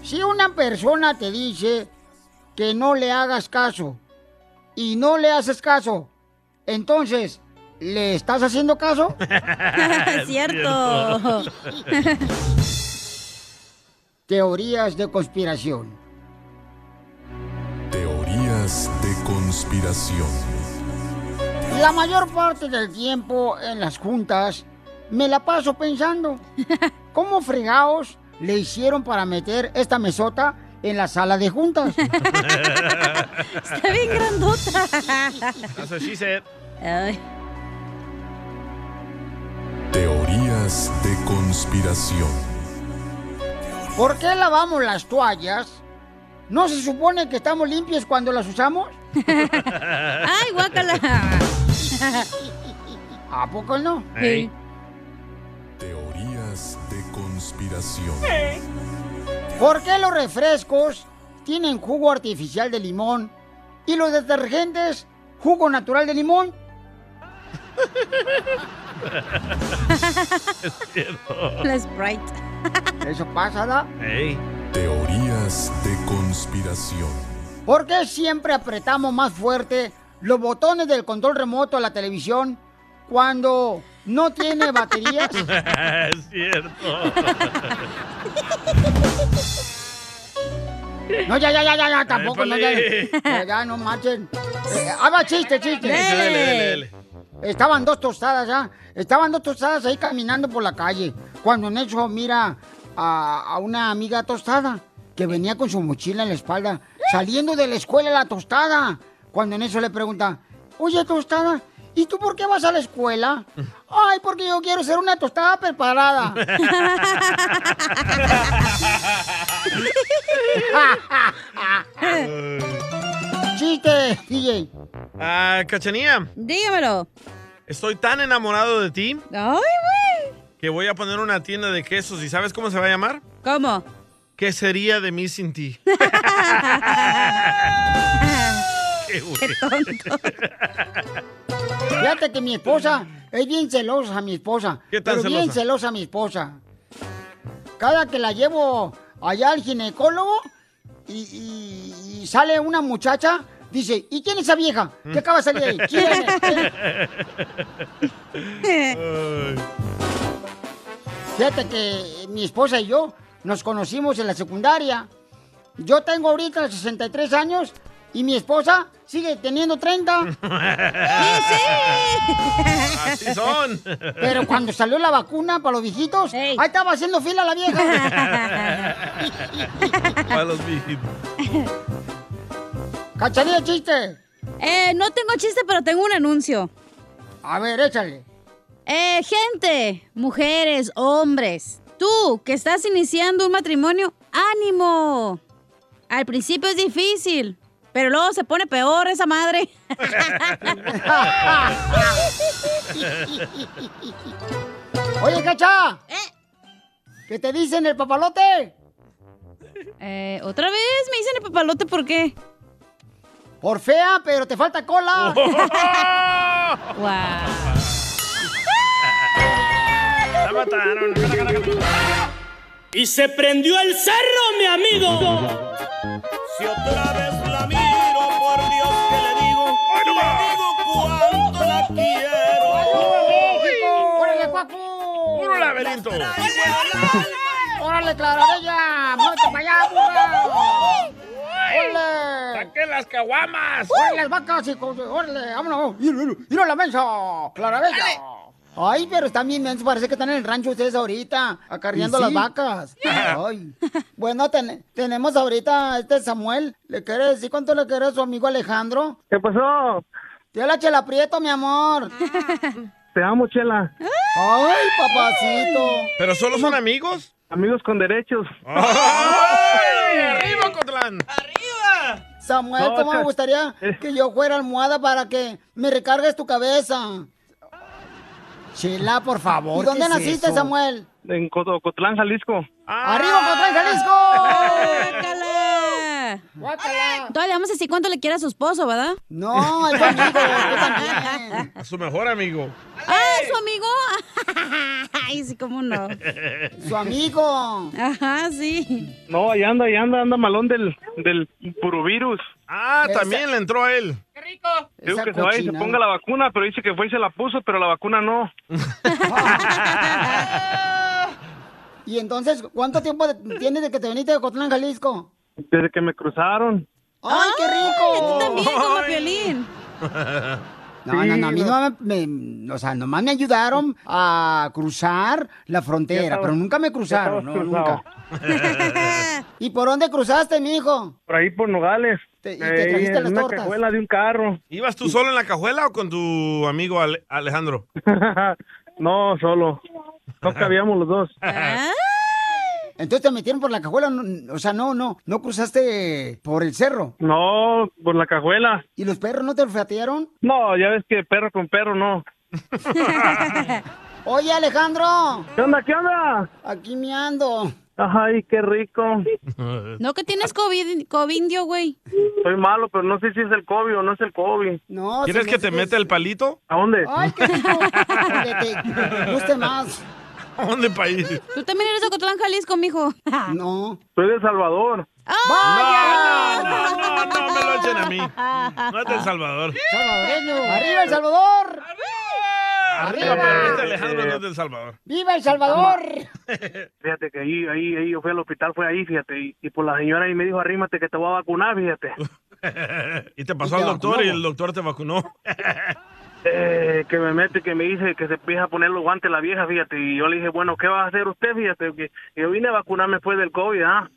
Si una persona te dice que no le hagas caso y no le haces caso, entonces, ¿le estás haciendo caso? Cierto. Teorías de conspiración.
Teorías de conspiración.
La mayor parte del tiempo en las juntas me la paso pensando, ¿cómo fregados le hicieron para meter esta mesota en la sala de juntas?
Está bien grandota.
That's what she said.
Ay.
Teorías de conspiración.
¿Por qué lavamos las toallas? ¿No se supone que estamos limpios cuando las usamos?
Ay, guácala.
¿A poco no?
Ey. Teorías de conspiración.
¿Por qué los refrescos tienen jugo artificial de limón y los detergentes jugo natural de limón?
Es cierto.
La Sprite.
Eso pasa, ¿da?
Teorías de conspiración.
¿Por qué siempre apretamos más fuerte los botones del control remoto a la televisión cuando no tiene baterías?
es cierto.
No, ya, ya, ya, ya, ya, tampoco, no, ya,
Épale.
ya, ya, no marchen. Eh, ah, va, chiste, chiste.
Dele, dele, dele.
Estaban dos tostadas, ¿ya? Estaban dos tostadas ahí caminando por la calle. Cuando en eso mira a, a una amiga tostada que venía con su mochila en la espalda. saliendo de la escuela la tostada. Cuando en eso le pregunta, oye tostada, ¿y tú por qué vas a la escuela? Ay, porque yo quiero ser una tostada preparada. Chiste, DJ.
Ah, Cachanía.
Dígamelo.
Estoy tan enamorado de ti
Ay, güey.
que voy a poner una tienda de quesos. ¿Y sabes cómo se va a llamar?
¿Cómo?
¿Qué sería de mí sin ti? Qué güey.
Fíjate que mi esposa es bien celosa, mi esposa.
¿Qué tan
pero bien
celosa?
celosa mi esposa. Cada que la llevo allá al ginecólogo y, y- y sale una muchacha, dice, ¿y quién es esa vieja? ¿Qué acaba de salir ahí? ¿Quién es? ¿Quién es?" Fíjate que mi esposa y yo nos conocimos en la secundaria. Yo tengo ahorita 63 años y mi esposa sigue teniendo 30.
é
Así son.
Pero cuando salió la vacuna para los viejitos, ahí estaba haciendo fila la vieja.
Para los viejitos.
Cachanilla, chiste.
Eh, no tengo chiste, pero tengo un anuncio.
A ver, échale.
Eh, gente, mujeres, hombres, tú que estás iniciando un matrimonio, ánimo. Al principio es difícil, pero luego se pone peor esa madre.
Oye, Cacha. ¿Qué te dicen el papalote?
Eh, ¿Otra vez me dicen el papalote por qué?
Por fea, pero te falta cola.
Guau.
La mataron.
Y se prendió el cerro, mi amigo. Si otra vez la miro, por Dios que le digo, le digo cuánto la quiero.
¡Órale, Cuaco!
¡Puro laberinto!
¡Órale, Clarabella! ¡Muévete para allá, burra! ¡Órale!
¡Saqué las caguamas!
¡Órale, las vacas! Y con... ¡Órale, vámonos! ¡Mira, mira, mira la mesa! ¡Clarabella! Ay, pero están bien mensos, parece que están en el rancho ustedes ahorita, acarreando
Y
las
sí.
vacas. Ay. Bueno, ten- tenemos ahorita a este Samuel. ¿Le quiere decir cuánto le quiere a su amigo Alejandro?
¿Qué pasó?
Yo la chela aprieto, mi amor.
Te amo, Chela.
Ay, papacito.
¿Pero solo son amigos?
Amigos con derechos.
¡Ay! ¡Arriba, Cotlán!
Samuel,
No,
¿cómo
es
me
que-
gustaría que yo fuera almohada para que me recargues tu cabeza? Chela, por favor. ¿Y dónde
¿qué es
naciste,
eso?
Samuel?
En Coto- Cotlán, Jalisco.
¡Arriba, Cotlán, Jalisco!
¡Guácala! Todavía le vamos a decir cuánto le quiere a su esposo, ¿verdad?
No, es tu amigo, tú
A su mejor amigo.
¡Ah, su amigo! Ay, sí, cómo no.
¡Su amigo!
Ajá, sí.
No, ahí anda, ahí anda, anda malón del, del puruvirus.
Ah, también le entró a él.
¡Qué rico! Digo
Esa
que se vaya y se
cochina.
ponga la vacuna, pero dice que fue y se la puso, pero la vacuna no.
Y entonces, ¿cuánto tiempo de- tienes de que te viniste de Cotlán, Jalisco?
Desde que me cruzaron.
¡Ay, qué rico!
También como violín.
No, no, no, a mí no me, me- o sea, nomás me ayudaron a cruzar la frontera,
Ya estabas-
pero nunca me cruzaron, no,
estabas
nunca. ¿Y por dónde cruzaste, mijo?
Por ahí por Nogales.
y te trajiste
en
las
una
tortas.
cajuela de un carro.
¿Ibas tú solo en la cajuela o con tu amigo Ale- Alejandro?
no, solo. No cabíamos los dos.
Ah.
Entonces te metieron por la cajuela, no- o sea, no, no, no cruzaste por el cerro.
No, por la cajuela.
¿Y los perros no te olfatearon?
No, ya ves que perro con perro no.
Oye, Alejandro.
¿Qué onda, qué onda?
Aquí me ando.
Ay, qué rico.
No que tienes COVID, covindio, güey.
Soy malo, pero no sé si es el COVID o no es el COVID.
No,
¿Quieres que te meta el palito?
¿A dónde?
Ay, qué rico. Que te guste más.
¿A dónde país?
Tú también eres de Cotlán, Jalisco, mijo.
No.
Soy de El Salvador.
No, no, no me lo echen a mí. No es de El Salvador.
Salvadoreño. ¡Arriba El Salvador!
Arriba,
Arriba.
pero este Alejandro no es de El Salvador.
¡Viva El Salvador!
Fíjate que ahí, ahí, ahí, yo fui al hospital, fue ahí, fíjate. Y, y por la señora ahí me dijo, arrímate que te voy a vacunar, fíjate.
Y te pasó
¿Y te
al doctor
vacunó?
y el doctor te vacunó.
Eh, que me mete, que me dice que se empieza a poner los guantes la vieja, fíjate. Y yo le dije, bueno, ¿qué va a hacer usted, fíjate? Que yo vine a vacunarme después del COVID, ¿ah?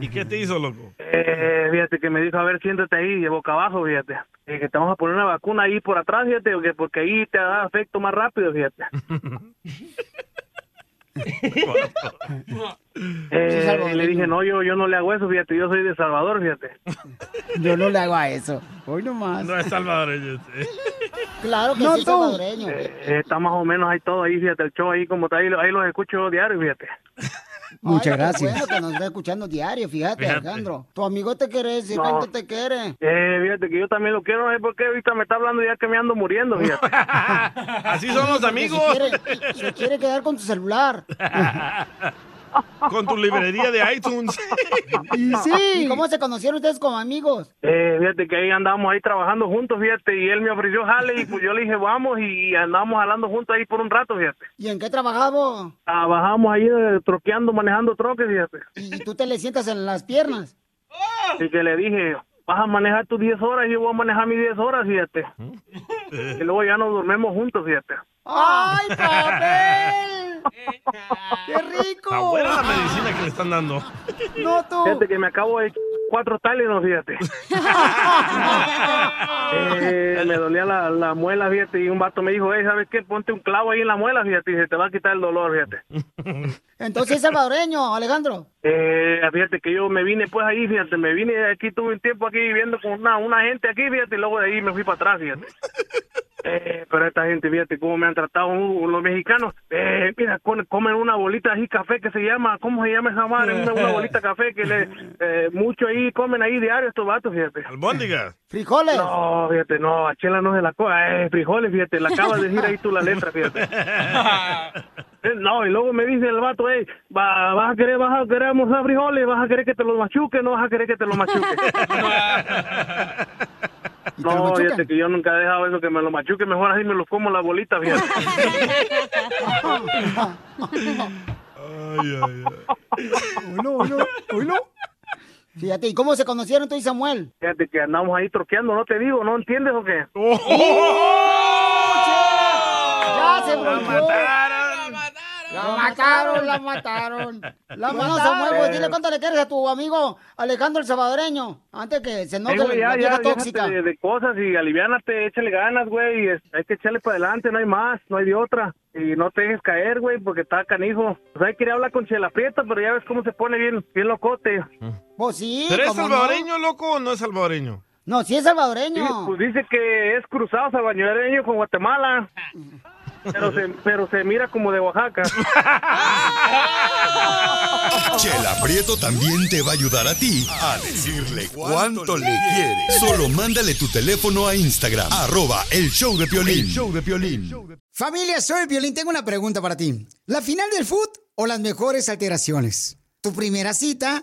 ¿Y qué te hizo, loco?
Eh, fíjate que me dijo, a ver, siéntate ahí, de boca abajo, fíjate. Y que te vamos a poner una vacuna ahí por atrás, fíjate, porque- porque ahí te da efecto más rápido, fíjate. Eh, y le dije, no, yo, yo no le hago eso, fíjate, yo soy de Salvador, fíjate.
Yo no le hago a eso. Hoy nomás.
No es salvadoreño. este.
Claro
que sí, salvadoreño. Eh, está más o menos ahí todo ahí, fíjate, el show ahí como está, ahí, lo- ahí los escucho diario, fíjate.
Muchas gracias. Bueno que nos está escuchando diario, fíjate,
Fíjate.
Alejandro. Tu amigo te quiere decir
No.
cuánto te quiere.
Eh, fíjate que yo también lo quiero, no sé por qué ahorita me está hablando ya que me ando muriendo, fíjate.
Así son los
Porque
amigos.
Se quiere, se quiere quedar con tu celular.
Con tu librería de iTunes.
Y sí. ¿Y cómo se conocieron ustedes como amigos?
Eh, fíjate que ahí andamos ahí trabajando juntos, fíjate, y él me ofreció jale y pues yo le dije vamos y andamos jalando juntos ahí por un rato, fíjate.
¿Y en qué trabajamos?
Trabajamos ahí eh, troqueando, manejando troques, fíjate.
Y tú te le sientas en las piernas.
Y que le dije, vas a manejar tus 10 horas y yo voy a manejar mis 10 horas, fíjate.
¿Mm?
Y luego ya nos dormimos juntos, fíjate.
¡Ay, papel! ¡Qué
La
rico!
buena la medicina que le están dando.
No tú.
Fíjate que me acabo de echar cuatro Tylenol, fíjate. Eh, me dolía la, la muela, fíjate, y un vato me dijo, "Ey, ¿sabes qué? Ponte un clavo ahí en la muela, fíjate, y se te va a quitar el dolor, fíjate.
Entonces es salvadoreño, Alejandro.
Eh, fíjate que yo me vine pues ahí, fíjate, me vine de aquí, tuve un tiempo aquí viviendo con una, una gente aquí, fíjate, y luego de ahí me fui para atrás, fíjate. Eh, pero esta gente, fíjate cómo me han tratado uh, los mexicanos. Eh, mira, con- comen una bolita así café que se llama, ¿cómo se llama esa madre? Una, una bolita café que le, eh, mucho ahí, comen ahí diario estos vatos, fíjate.
¿Albóndigas?
¿Frijoles?
No, fíjate, no, a Chela no se la coja, eh, frijoles, fíjate, la acabas de decir ahí tú la letra, fíjate. Eh, No, y luego me dice el vato, hey, va- vas a querer, vas a querer almorzar frijoles, vas a querer que te los machuque, no vas a querer que te los machuque. no,
machucan?
fíjate que yo nunca he dejado eso, que me lo machuque, mejor así me los como la bolita, fíjate.
Uno, uno, uno. Fíjate, ¿y cómo se conocieron tú y Samuel?
Fíjate que andamos ahí troqueando, no te digo, ¿no entiendes o qué?
Oh, Ya se
¡La
volvió.
mataron!
La mataron, la mataron. La mano Samuel, pues dile cuánto le quieres a tu amigo Alejandro el Salvadoreño. Antes que se note
Ey, Eh, güey,
la
ya,
vieja
ya,
tóxica.
déjate De, de cosas y aliviánate, échale ganas, güey. y es- Hay que echarle para adelante, no hay más, no hay de otra. Y no te dejes caer, güey, porque está canijo. O sea, quería hablar con Chela Prieta, pero ya ves cómo se pone bien, bien locote.
Pues sí,
¿Pero es
cómo no.
salvadoreño, loco, o no es salvadoreño?
No, sí es salvadoreño.
Sí, pues dice que es cruzado salvadoreño con Guatemala. Pero se, pero se mira como de Oaxaca.
Chela Prieto también te va a ayudar a ti a decirle cuánto le quieres. Solo mándale tu teléfono a Instagram, arroba el show de Piolín. show de
Familia, soy el Violín. Tengo una pregunta para ti. ¿La final del foot o las mejores alteraciones? ¿Tu primera cita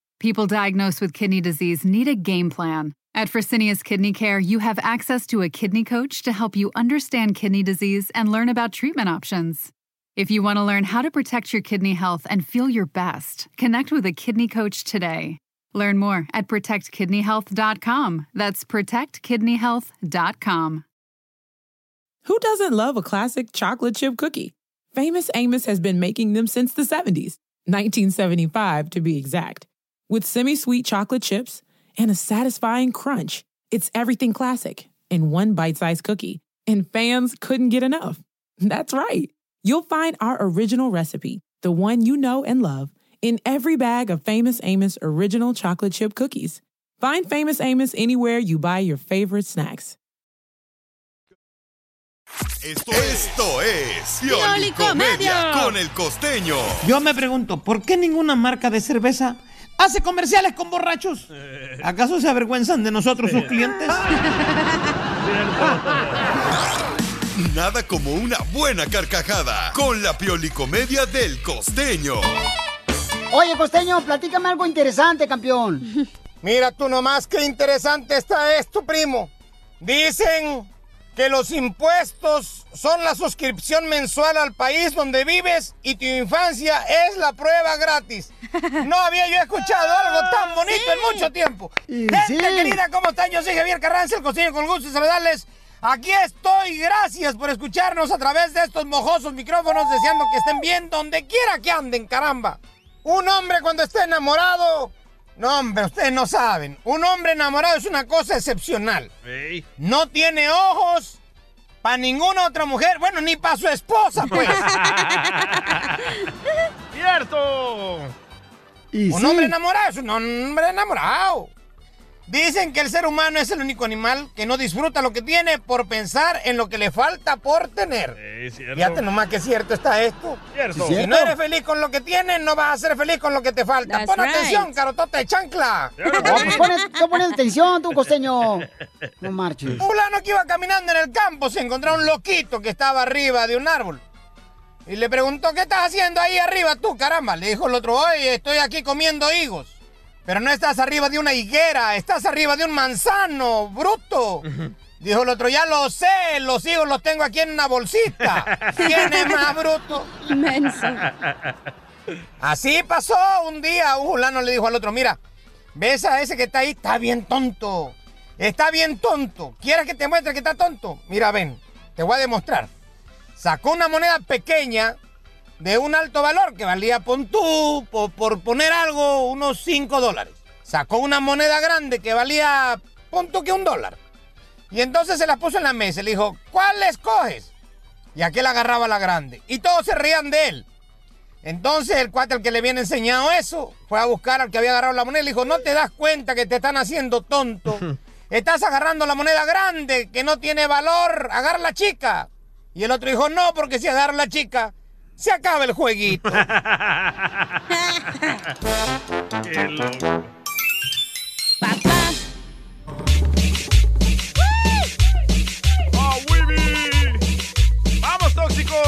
People diagnosed with kidney disease need a game plan. At Fresenius Kidney Care, you have access to a kidney coach to help you understand kidney disease and learn about treatment options. If you want to learn how to protect your kidney health and feel your best, connect with a kidney coach today. Learn more at protectkidneyhealth.com. That's protectkidneyhealth.com.
Who doesn't love a classic chocolate chip cookie? Famous Amos has been making them since the 70s, 1975 to be exact, with semi sweet chocolate chips and a satisfying crunch. It's everything classic in one bite sized cookie, and fans couldn't get enough. That's right. You'll find our original recipe, the one you know and love, in every bag of Famous Amos original chocolate chip cookies. Find Famous Amos anywhere you buy your favorite snacks.
Esto, esto es Pioli
Piolicomedia.
Comedia con el costeño.
Yo me pregunto, ¿por qué ninguna marca de cerveza hace comerciales con borrachos? ¿Acaso se avergüenzan de nosotros sus clientes?
Nada como una buena carcajada con la Pioli Comedia del costeño.
Oye, costeño, platícame algo interesante, campeón.
Mira tú nomás qué interesante está esto, primo. Dicen que los impuestos son la suscripción mensual al país donde vives y tu infancia es la prueba gratis. No había yo escuchado algo tan bonito en mucho tiempo. Gente querida, ¿cómo están? Yo soy Javier Carranza, el costeño con el gusto de saludarles. Aquí estoy, gracias por escucharnos a través de estos mojosos micrófonos, deseando que estén bien donde quiera que anden, caramba. Un hombre cuando está enamorado... No, hombre, ustedes no saben. Un hombre enamorado es una cosa excepcional.
Ey.
No tiene ojos para ninguna otra mujer. Bueno, ni para su esposa, pues. ¡Cierto!
Y
un
sí.
hombre enamorado es un hombre enamorado. Dicen que el ser humano es el único animal que no disfruta lo que tiene por pensar en lo que le falta por tener. Fíjate nomás que cierto está esto.
Cierto.
Si no eres feliz con lo que tienes, no vas a ser feliz con lo que te falta.
That's
Pon
right.
atención, carotota de chancla.
No, pues pones, tú pones atención, tú, costeño. No marches.
Fulano que iba caminando en el campo se encontró un loquito que estaba arriba de un árbol. Y le preguntó, ¿qué estás haciendo ahí arriba tú, caramba? Le dijo el otro, oye, estoy aquí comiendo higos. Pero no estás arriba de una higuera, estás arriba de un manzano, bruto. Dijo el otro, ya lo sé, los higos los tengo aquí en una bolsita. ¿Quién es más bruto? Así pasó un día, un fulano le dijo al otro, mira, ¿ves a ese que está ahí? Está bien tonto. Está bien tonto. ¿Quieres que te muestre que está tonto? Mira, ven, te voy a demostrar. Sacó una moneda pequeña de un alto valor que valía, pon tú, po- por, poner algo, unos 5 dólares. Sacó una moneda grande que valía, pon tú que un dólar. Y entonces se la puso en la mesa y le dijo, ¿cuál escoges? Y aquel agarraba la grande. Y todos se reían de él. Entonces el cuate al que le habían enseñado eso fue a buscar al que había agarrado la moneda y le dijo, no te das cuenta que te están haciendo tonto. Estás agarrando la moneda grande que no tiene valor, agarra la chica. Y el otro dijo, no, porque si agarra la chica, se acaba el jueguito.
¡Ah,
¡Vamos, tóxicos!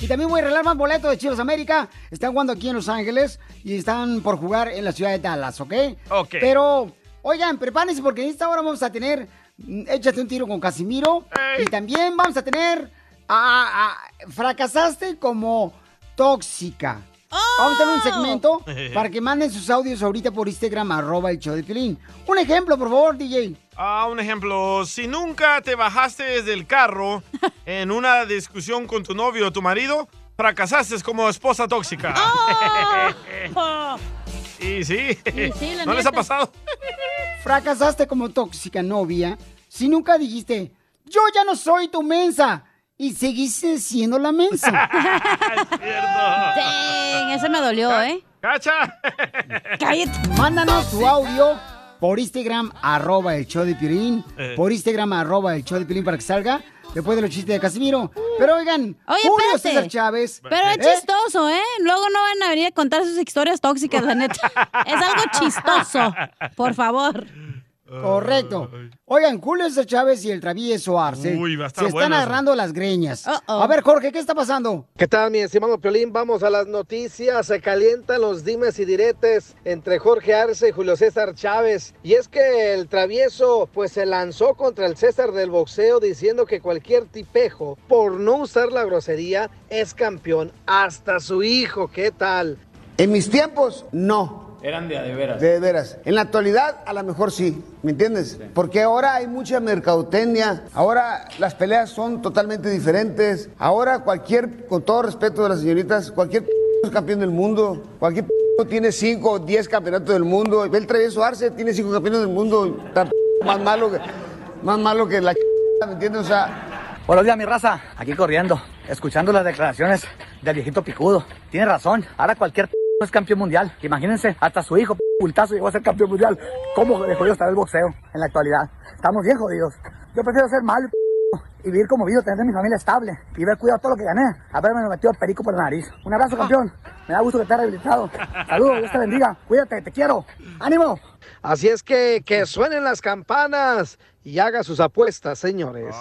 Y también voy a regalar más boletos de Chivas América. Están jugando aquí en Los Ángeles y están por jugar en la ciudad de Dallas, ¿ok?
Ok.
Pero, oigan, prepárense porque en esta hora vamos a tener mm, Échate un tiro con Casimiro. Y también vamos a tener a, a- Fracasaste como tóxica. Vamos a tener un segmento para que manden sus audios ahorita por Instagram, arroba el show de Piolín. Un ejemplo, por favor, DJ.
Ah, un ejemplo, si nunca te bajaste del carro en una discusión con tu novio o tu marido, fracasaste como esposa tóxica. y sí,
¡Ah! Y sí, la
¿no les
neta.
ha pasado?
Fracasaste como tóxica novia si nunca dijiste, yo ya no soy tu mensa. Y seguiste siendo la mensa.
Dang, ese me dolió, ¿eh?
¡Cacha!
Mándanos tu audio por Instagram, arroba el show de Piolín.
Eh.
Por Instagram, arroba el show de Piolín para que salga. Después de los chistes de Casimiro. Pero oigan,
Oye,
Julio
espérate.
César Chávez.
Pero es
¿eh?
chistoso, ¿eh? Luego no van a venir a contar sus historias tóxicas, la neta. Es algo chistoso. Por favor.
Correcto. Oigan, Julio César Chávez y el travieso Arce
Uy, va a estar
se están
bueno eso.
agarrando las greñas. A ver, Jorge, ¿qué está pasando?
¿Qué tal, mi estimado Piolín? Vamos a las noticias. Se calientan los dimes y diretes entre Jorge Arce y Julio César Chávez. Y es que el travieso, pues se lanzó contra el César del boxeo diciendo que cualquier tipejo, por no usar la grosería, es campeón. Hasta su hijo, ¿qué tal?
En mis tiempos, no.
Eran de a de veras.
De veras. En la actualidad, a lo mejor sí, ¿me entiendes? Porque ahora hay mucha mercadotecnia, ahora las peleas son totalmente diferentes, ahora cualquier, con todo respeto de las señoritas, cualquier p- es campeón del mundo, cualquier p- tiene 5 o 10 campeonatos del mundo, ve el travieso Arce, tiene 5 campeonatos del mundo, tan p- más malo que, más malo que la ch- ¿me entiendes? O sea...
Buenos días, mi raza. Aquí corriendo, escuchando las declaraciones del viejito picudo. Tiene razón. Ahora cualquier p- es campeón mundial. Imagínense, hasta su hijo, p- bultazo, llegó a ser campeón mundial. ¿Cómo de jodido está el boxeo en la actualidad? Estamos bien jodidos. Yo prefiero ser malo p- y vivir como vivo, tener mi familia estable y ver cuidado todo lo que gané. Haberme metido el perico por la nariz. Un abrazo, campeón. Me da gusto que estés rehabilitado. Saludos, Dios te bendiga. Cuídate, te quiero. ¡Ánimo!
Así es que que suenen las campanas y haga sus apuestas, señores.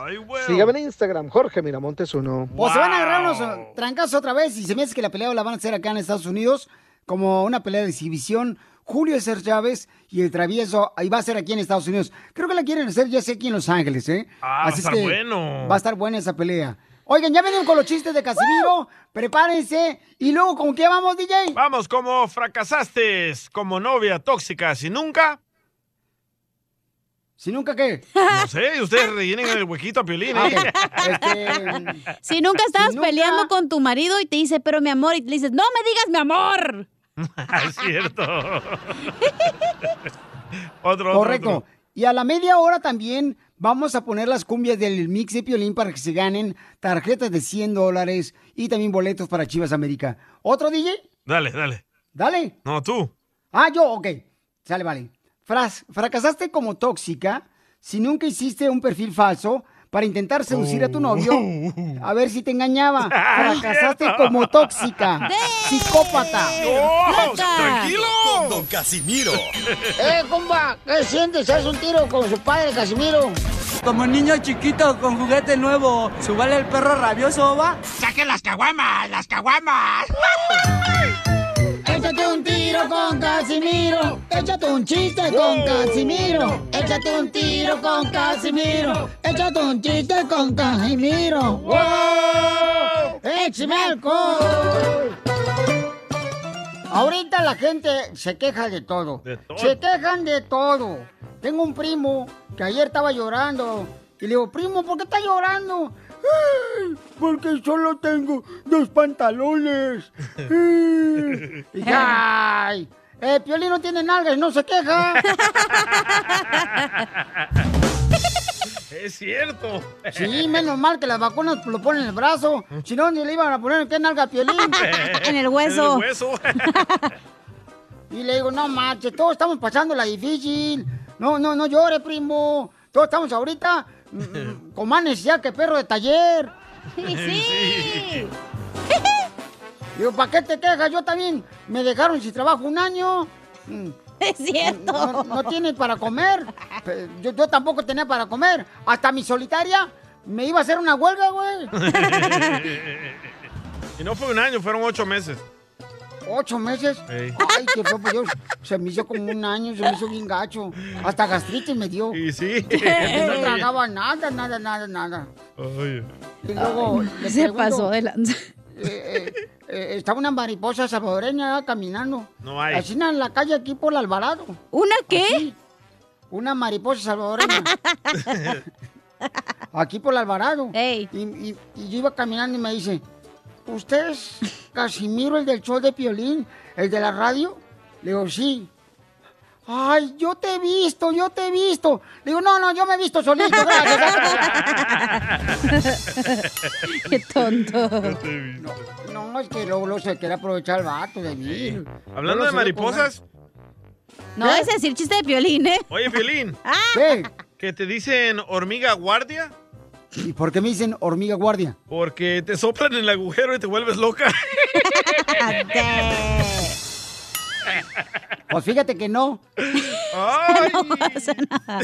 Sígame en Instagram, Jorge Miramontes uno.
O Pues se van a agarrar unos trancazos otra vez y se me hace que la pelea la van a hacer acá en Estados Unidos como una pelea de exhibición. Julio César Chávez y el travieso, ahí va a ser aquí en Estados Unidos. Creo que la quieren hacer ya sé aquí en Los Ángeles, ¿eh?
Ah, va a estar bueno.
Va a estar buena esa pelea. Oigan, ya venimos con los chistes de Casimiro, prepárense. Y luego, ¿con qué vamos, DJ?
Vamos, como fracasaste como novia tóxica si nunca?
¿Si nunca qué? Ah,
No sé, ustedes rellenen el huequito a Piolín, ¿eh?
Este,
Si nunca estabas peleando con tu marido y te dice, pero mi amor, y le dices, no me digas mi amor.
Es cierto. otro, otro,
Correcto.
otro.
Y a la media hora también vamos a poner las cumbias del mix de Piolín para que se ganen tarjetas de 100 dólares y también boletos para Chivas América. ¿Otro DJ?
Dale, dale.
Dale.
No, tú.
Ah, yo, ok. Sale, vale. Fras- fracasaste como tóxica si nunca hiciste un perfil falso para intentar seducir a tu novio a ver si te engañaba. Fracasaste como tóxica. Psicópata.
¡Tranquilo! Con Don Casimiro.
¡Eh, compa! ¿Qué sientes? ¿Haz un tiro con su padre, Casimiro?
Como niño chiquito con juguete nuevo, ¿subale el perro rabioso va?
¡Saque las caguamas! ¡Las caguamas! Échate un tiro con Casimiro. Échate un chiste con Casimiro. Échate un tiro con Casimiro. Échate un chiste con Casimiro. Eh. ¡Wow! ¡Échame alcohol! Ahorita la gente se queja de todo. Se quejan de todo. Tengo un primo que ayer estaba llorando. Y le digo, primo, ¿por qué estás llorando? "Ay, Porque solo tengo dos pantalones. Ay". Y dije, ay, eh, Piolín no tiene nalgas, no se queja.
Es cierto.
Sí, menos mal que las vacunas lo ponen en el brazo. Si no, ni le iban a poner en qué nalga a Piolín.
En el hueso. En el hueso.
y le digo, no manches, todos estamos pasando la difícil. No, no, no llores, primo. Todos estamos ahorita mm, con más necesidad que perro de taller.
Sí.
Digo, ¿para qué te quejas? Yo también me dejaron sin trabajo un año. Es
cierto.
No, no tienes para comer. Pe- Yo, yo tampoco tenía para comer. Hasta mi solitaria me iba a hacer una huelga, güey.
y no fue un año, fueron ocho meses.
Ocho meses.
Ey.
Ay, qué feo, pues yo se me hizo como un año, se me hizo bien gacho. Hasta gastritis me dio.
Y sí.
No tragaba nada, nada, nada, nada.
Oye.
Y luego le
se
pregunto,
pasó de lanza.
eh, eh, eh, estaba una mariposa salvadoreña ah, caminando.
No hay.
Así en la calle aquí por el Alvarado.
¿Una
qué? Una mariposa salvadoreña. aquí por el Alvarado. Y, y- y yo iba caminando y me dice, ¿usted es Casimiro, el del show de Piolín, el de la radio? Le digo, sí. Ay, yo te he visto, yo te he visto. Le digo, no, no, yo me he visto solito, gracias.
Qué tonto.
No, es que luego luego se quiere aprovechar el vato de mí.
Hablando
Luego
de
se le pongan-
mariposas,
No es decir chiste de piolín, ¿eh?
¿Eh? Oye, Piolín. ¿Que te dicen hormiga guardia?
¿Y por qué me dicen hormiga guardia?
Porque te soplan en el agujero y te vuelves loca.
Pues fíjate que no.
No pasa nada.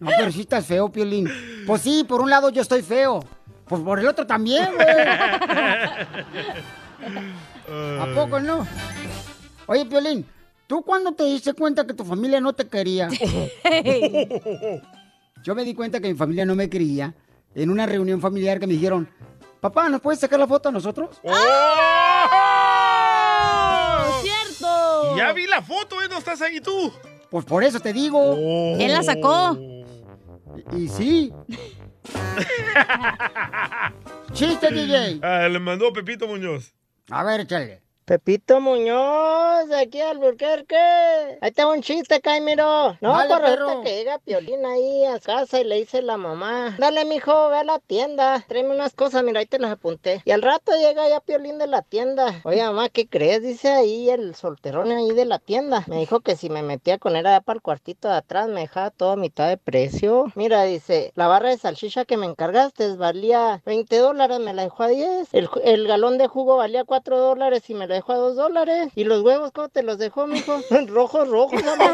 No, pero sí estás feo, Piolín. Pues sí, por un lado yo estoy feo. Pues por el otro también, güey. ¿A poco no? Oye, Piolín, ¿tú cuándo te diste cuenta que tu familia no te quería? Yo me di cuenta que mi familia no me quería en una reunión familiar que me dijeron, papá, ¿nos puedes sacar la foto a nosotros?
¡Oh! ¡Ah! ¡Cierto!
¡Oh! Ya vi la foto, ¿eh? No estás ahí tú. Oh.
Pues por eso te digo.
Él la sacó.
Y, y sí. Chiste, Ah. DJ.
Ah, le mandó Pepito Muñoz.
A ver, échale.
Pepito Muñoz, de aquí al Burquerque. Ahí está un chiste, Caimiro. No, Dale, por perro. ahorita que llega Piolín ahí a casa y le dice la mamá, dale, mijo, ve a la tienda, tráeme unas cosas, mira, ahí te las apunté. Y al rato llega ya Piolín de la tienda. Oye, mamá, ¿qué crees? Dice ahí el solterón ahí de la tienda. Me dijo que si me metía con él allá para el cuartito de atrás, me dejaba todo a mitad de precio. Mira, dice, la barra de salchicha que me encargaste valía 20 dólares, me la dejó a 10. El, ju- el galón de jugo valía 4 dólares y me lo dejó a 2 dólares. ¿Y los huevos cómo te los dejó, mijo? Rojos, rojos, amor.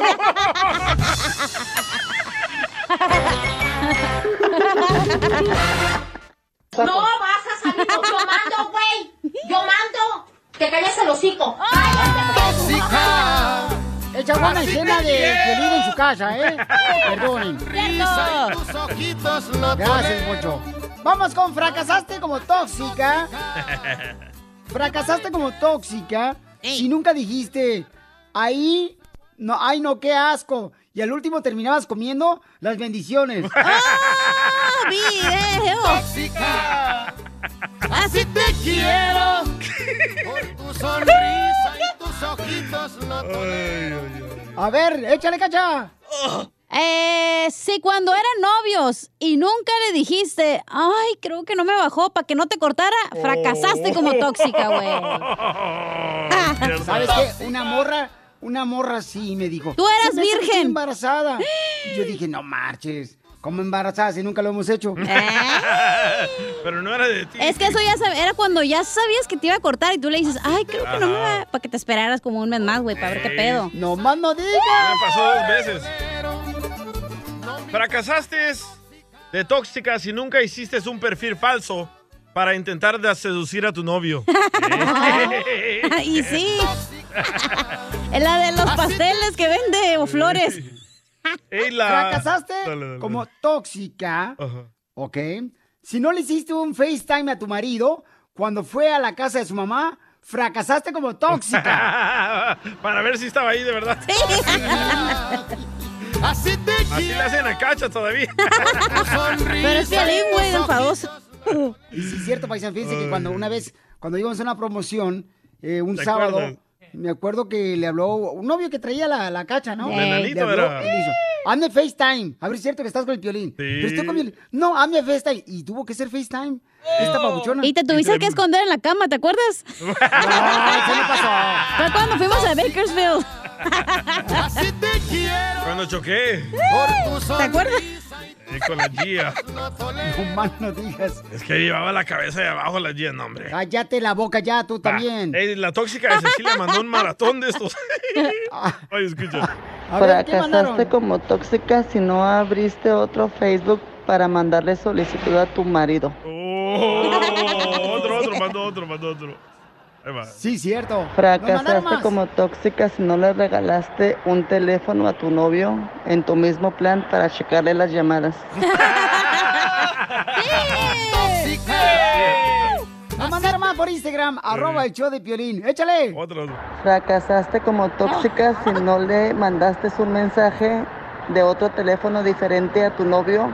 No vas a salir, no, yo mando, güey. Yo mando. Te calles el hocico.
¡Tóxica! Echa buena
Así
escena
te
de
quiero.
Piolín en su casa, ¿eh? Perdonen.
Risa
tus ojitos Gracias, Pocho. Vamos con fracasaste como tóxica.
Ah,
Fracasaste como tóxica si nunca dijiste, ahí, no, ay no, qué asco. Y al último terminabas comiendo las bendiciones. ¡Ah,
video!
¡Tóxica! ¡Así te
quiero.
Por
tu sonrisa y tus ojitos no
A ver, échale cacha.
Eh, si cuando eran novios y nunca le dijiste, ay, creo que no me bajó para que no te cortara, fracasaste como
Oh.
tóxica, güey. Oh,
¿Sabes qué? Una morra, una morra sí me dijo.
Tú eras
"Se me hace que estoy
virgen".
embarazada. Y Yo dije, no marches. ¿Cómo embarazada si nunca lo hemos hecho?
Eh.
Pero no era de ti.
Es que eso ya sab- era cuando ya sabías que te iba a cortar y tú le dices, ay, creo que no me va. Para que te esperaras como un mes más, güey, para ver qué
Ey.
pedo.
No más no digas.
Me pasó dos veces. Fracasaste de tóxica si nunca hiciste un perfil falso para intentar de seducir a tu novio.
Ah, y sí. Es la de los pasteles que vende o flores.
Ey, la-
Fracasaste
Dale, dale,
como tóxica, ¿ok? Si no le hiciste un FaceTime a tu marido cuando fue a la casa de su mamá, fracasaste como tóxica.
para ver si estaba ahí de verdad.
Así te
Así le hacen a cacha todavía.
Pero es Piolín, güey,
del
famoso. Y sí, es cierto, paisano. Fíjense que cuando una vez, cuando íbamos a una promoción, eh, un
¿Te
sábado,
acuerdas?
me acuerdo que le habló un novio que traía la, la cacha, ¿no?
El
Le
enanito
habló
era.
y le hizo, Hazme FaceTime. A ver, es cierto que estás con el piolín. Pero estoy con Piolín. No, hazme FaceTime. Y tuvo que ser FaceTime. Esta papuchona.
Y te tuviste que esconder en la cama, ¿te acuerdas? No,
eso no
pasó. Fue cuando fuimos a Bakersfield.
Cuando choqué.
¿Te acuerdas?
eh, con la guía.
No mal no digas.
Es que llevaba la cabeza de abajo la guía, no, hombre.
Cállate la boca ya, tú también.
Ey, la tóxica de Cecilia mandó un maratón de estos. Ay, escucha.
Fracasaste como tóxica si no abriste otro Facebook para mandarle solicitud a tu marido.
Oh, otro, otro, mandó otro, mandó otro. Ahí va.
Sí, cierto.
Fracasaste como tóxica si no le regalaste un teléfono a tu novio en tu mismo plan para checarle las llamadas.
No mandar más por Instagram, arroba el show de Piolín. Échale.
Otro,
Fracasaste como tóxica si no le mandaste un mensaje de otro teléfono diferente a tu novio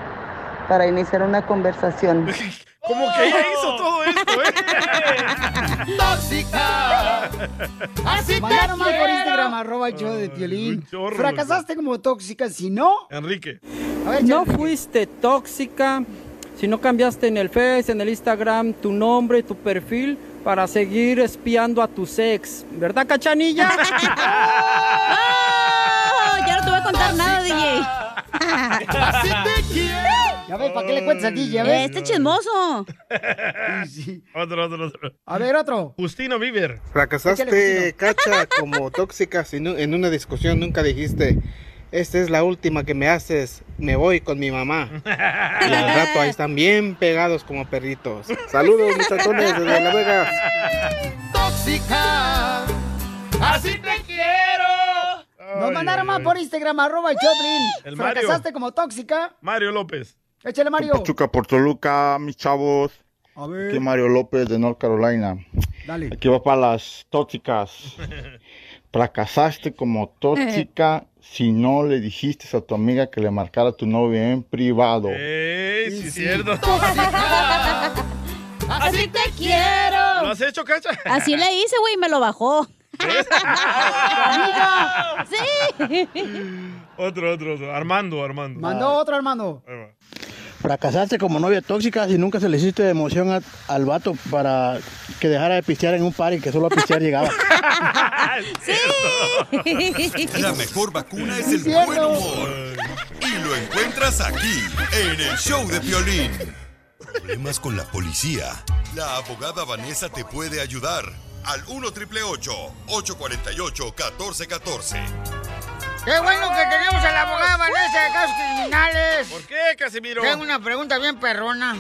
para iniciar una conversación.
Como que ella hizo todo esto, ¿eh?
¡Tóxica!
Así Mandaron más por Instagram, arroba el show de Piolín.
chorro,
Fracasaste como tóxica, si no...
Enrique.
A ver,
No fuiste tóxica
Si no cambiaste en el Face, en el Instagram, tu nombre, tu perfil para seguir espiando a tu sex. ¿Verdad, cachanilla?
¡Oh! Ya no te voy a contar nada, DJ.
Así te quiero. Ya ves, ¿para qué le cuentas a ti? Ya
Eh,
ves.
Este chismoso.
Otro, otro, otro.
A ver, otro.
Justino Bieber.
Fracasaste, Cacha, como tóxica si nu- en una discusión. Nunca dijiste, esta es la última que me haces, me voy con mi mamá. Y al rato ahí están bien pegados como perritos. Saludos, muchachones, desde La Vegas.
Tóxica.
Así te quiero.
Nos
Ay,
mandaron
ay,
más
ay.
por Instagram, arroba el Choplin.
El Mario.
Fracasaste como tóxica.
Mario López.
Échale, Mario.
Pues, Pachuca por Toluca, mis chavos.
A
Aquí Mario López de North Carolina.
Dale.
Aquí va para las tóxicas. Fracasaste como tóxica si no le dijiste a tu amiga que le marcara a tu novio en privado.
¡Ey, sí, es cierto!
Así te quiero.
¿Lo has hecho, Cacha?
Así le hice, güey, y me lo bajó. ¡Amiga! ¡Sí!
Otro, otro, otro. Armando, Armando.
Mandó otro, hermano.
Fracasaste como novia tóxica si nunca se le hiciste emoción a- al vato para que dejara de pistear en un par y que solo a pistear llegaba.
La mejor vacuna es
Sí,
el
cierto.
buen humor. Y lo encuentras aquí, en el show de Piolín. Problemas con la policía. La abogada Vanessa te puede ayudar. Al 1 triple 848 1414.
Qué bueno que tenemos a la abogada Vanessa de casos criminales. ¿Por
qué, Casimiro?
Tengo una pregunta bien perrona.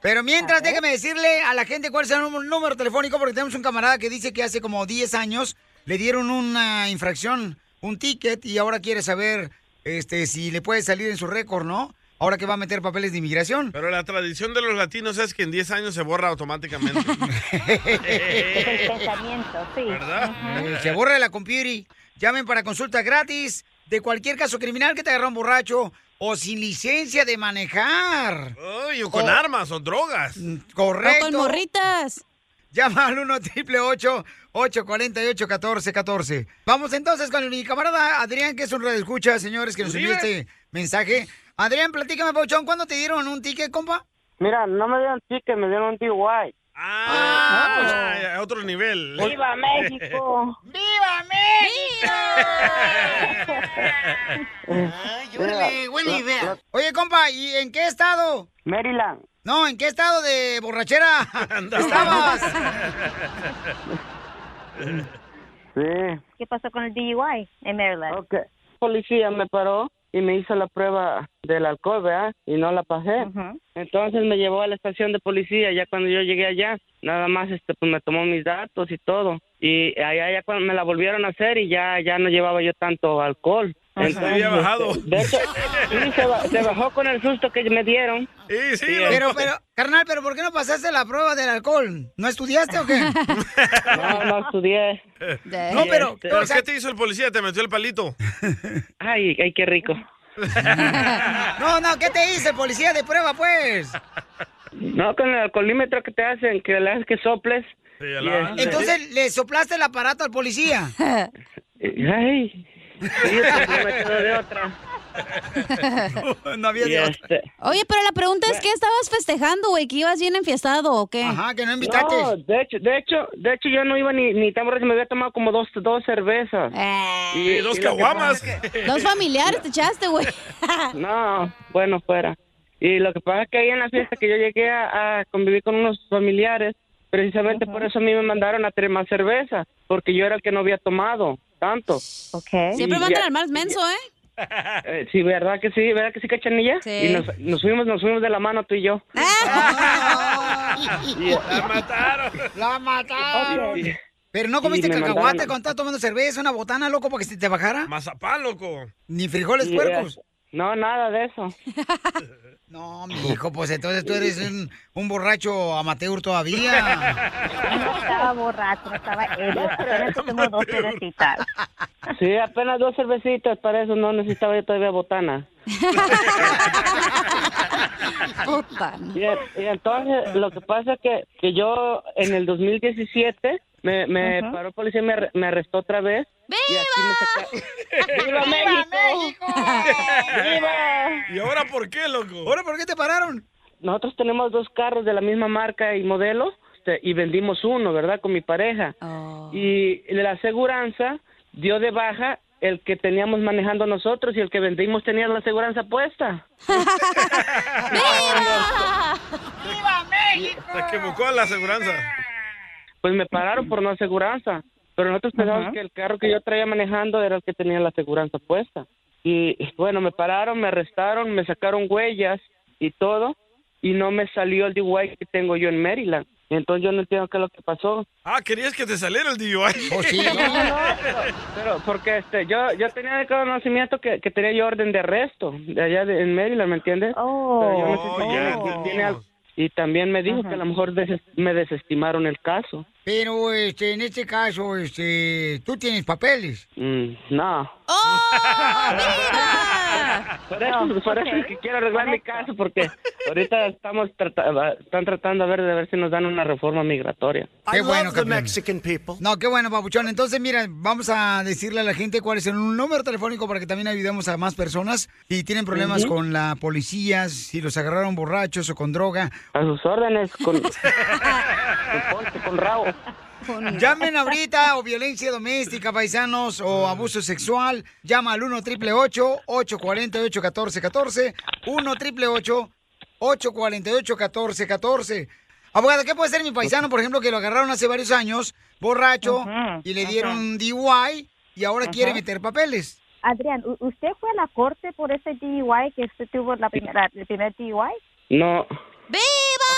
Pero mientras, déjame decirle a la gente cuál es el número, número telefónico, porque tenemos un camarada que dice que hace como 10 años le dieron una infracción, un ticket, y ahora quiere saber este, si le puede salir en su récord, ¿no? Ahora que va a meter papeles de inmigración.
Pero la tradición de los latinos es que en 10 años se borra automáticamente.
pensamiento, sí.
Eh. ¿Verdad?
Se borra de la computer. Llamen para consulta gratis de cualquier caso criminal que te agarra un borracho o sin licencia de manejar.
Ay, o con armas o drogas.
Mm, Correcto.
O con
morritas. Llama al 1 triple 848 1414 Vamos entonces con mi camarada Adrián, que es un escucha, señores, que nos envió
Uribe.
este mensaje. Adrián, platícame, Pauchón, ¿cuándo te dieron un ticket, compa?
Mira, no me dieron ticket, me dieron un DUI.
pues.
Ah, a otro nivel.
¡Viva
Eh.
México!
¡Viva Ay, órale, buena idea. Oye, compa, ¿y en qué estado?
Maryland.
No, ¿en qué estado de borrachera estabas?
Sí.
¿Qué pasó con el DUI en Maryland?
Ok. Policía me paró y me hizo la prueba del alcohol, ¿verdad? Y no la pasé. Entonces me llevó a la estación de policía. Ya cuando yo llegué allá, nada más este, pues me tomó mis datos y todo. Y allá ya cuando me la volvieron a hacer y ya ya no llevaba yo tanto alcohol.
Se había
Entonces,
bajado.
este, de hecho, sí, se, ba- se bajó con el susto que me dieron.
Sí, sí.
Pero, pero, carnal, ¿pero por qué no pasaste la prueba del alcohol? ¿No estudiaste o qué?
No, no estudié.
No, pero-
Este,
pero, o sea-
¿Qué te hizo el policía? ¿Te metió el palito?
Ay, ay, qué rico.
No, no, ¿qué te hice, policía de prueba, pues?
No, con el alcoholímetro que te hacen, que le haces que soples. y este-
Entonces, ¿le soplaste el aparato al policía?
Ay. Sí, pues, no me quedo de otra.
No, no había
Y
de otra.
este-
Oye, pero la pregunta es que estabas festejando, güey, que ibas bien enfiestado o qué?
Ajá, que no
No, de hecho, de hecho, de hecho yo no iba ni, ni tan borracho, me había tomado como dos, dos cervezas.
Y dos
y lo que
caguamas.
pasa es que-
Ah. Dos familiares te echaste, güey.
No, bueno, fuera. Y lo que pasa es que ahí en la fiesta que yo llegué a, a convivir con unos familiares, precisamente por eso a mí me mandaron a tres más cerveza, porque yo era el que no había tomado tanto. Ok.
Siempre mandan al más menso, ¿eh?
sí, ¿verdad que sí? ¿Verdad que sí, Cachanilla?
Sí.
Y nos, nos fuimos, nos fuimos de la mano tú y yo.
Ah.
Y-
¡La mataron!
Ok.
Pero no
Y
comiste
me
cacahuate
mandaron-
cuando estabas tomando cerveza, una botana, loco, para que se te bajara.
Mazapán, loco.
Ni frijoles
Y,
puercos.
eh, No, nada de eso.
No, mi hijo, pues entonces tú eres un, un borracho amateur todavía.
No estaba borracho, no estaba ebrio. Apenas tengo dos cervecitas.
Sí, apenas dos cervecitas, para eso no necesitaba yo todavía botana. Y, y entonces lo que pasa es que, que yo en el 2017 me, me
Ujú.
paró policía y me, ar- me arrestó otra vez. ¡Viva
México!
¿Y ahora por qué, loco?
¿Ahora por qué te pararon?
nosotros tenemos dos carros de la misma marca y modelo este, y vendimos uno, ¿verdad? Con mi pareja. Y la aseguranza dio de baja el que teníamos manejando nosotros y el que vendimos tenía la aseguranza puesta.
¡Viva México! Se equivocó la aseguranza.
Pues me pararon por no aseguranza. Pero nosotros pensábamos
Ajá.
que el carro que yo traía manejando era el que tenía la aseguranza puesta. Y bueno, me pararon, me arrestaron, me sacaron huellas y todo. Y no me salió el DUI que tengo yo en Maryland. Entonces yo no entiendo qué es lo que pasó.
Ah, querías que te saliera el DUI.
Oh,
Pero porque este, yo, yo tenía el conocimiento que, que tenía yo orden de arresto de allá de- en Maryland, ¿me entiendes? Pero yo no sé si- si tiene al- y también me dijo
Ajá.
que a lo mejor deses- me desestimaron el caso.
Pero este, en este caso, este, tú tienes papeles.
Mm, no.
¡Oh,
Por eso, por eso es que quiero arreglar mi caso, porque ahorita estamos trata- están tratando a ver de ver si nos dan una reforma migratoria.
Qué bueno, Mexican people. No, qué bueno, papuchón. Entonces, mira, vamos a decirle a la gente cuál es el número telefónico para que también ayudemos a más personas si tienen problemas
Ujú.
con la policía, si los agarraron borrachos o con droga.
A sus órdenes, con, con rabo.
Llamen ahorita o violencia doméstica, paisanos, o abuso sexual. Llama al 1 triple 848 1414 1 triple 848 1414 Abogado, ¿qué puede ser mi paisano, por ejemplo, que lo agarraron hace varios años, borracho,
Ujú,
y le
ujú.
dieron un DUI y ahora
Ujú.
quiere meter papeles?
Adrián, ¿u- ¿usted fue a la corte por ese DUI que usted tuvo la primera, el primer DUI?
No,
¡Viva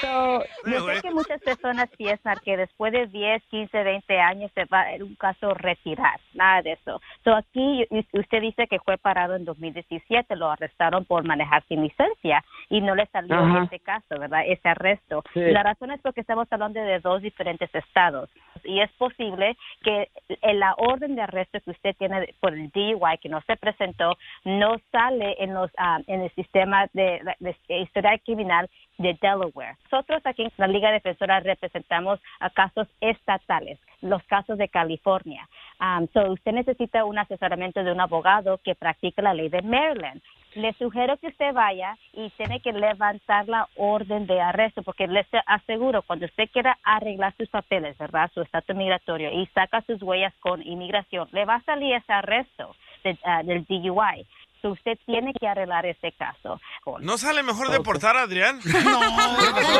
So, yo sé que muchas personas piensan que después de 10, 15, 20 años se va en un caso retirar, nada de eso. So, aquí u- usted dice que fue parado en 2017, lo arrestaron por manejar sin licencia y no le salió
Ajá.
ese este caso, ¿verdad? Ese arresto.
Sí.
La razón es porque estamos hablando de dos diferentes estados y es posible que en la orden de arresto que usted tiene por el DUI que no se presentó no sale en los ah, en el sistema de, de- de historial criminal de Delaware. Nosotros aquí en la Liga Defensora representamos a casos estatales, los casos de California. Ah, so usted necesita un asesoramiento de un abogado que practique la ley de Maryland. Le sugiero que usted vaya y tiene que levantar la orden de arresto, porque les aseguro, cuando usted quiera arreglar sus papeles, ¿verdad? Su estatus migratorio y saca sus huellas con inmigración, le va a salir ese arresto de- ah, del DUI. So, usted tiene que arreglar ese caso.
Oh.
¿No sale mejor deportar a Adrián?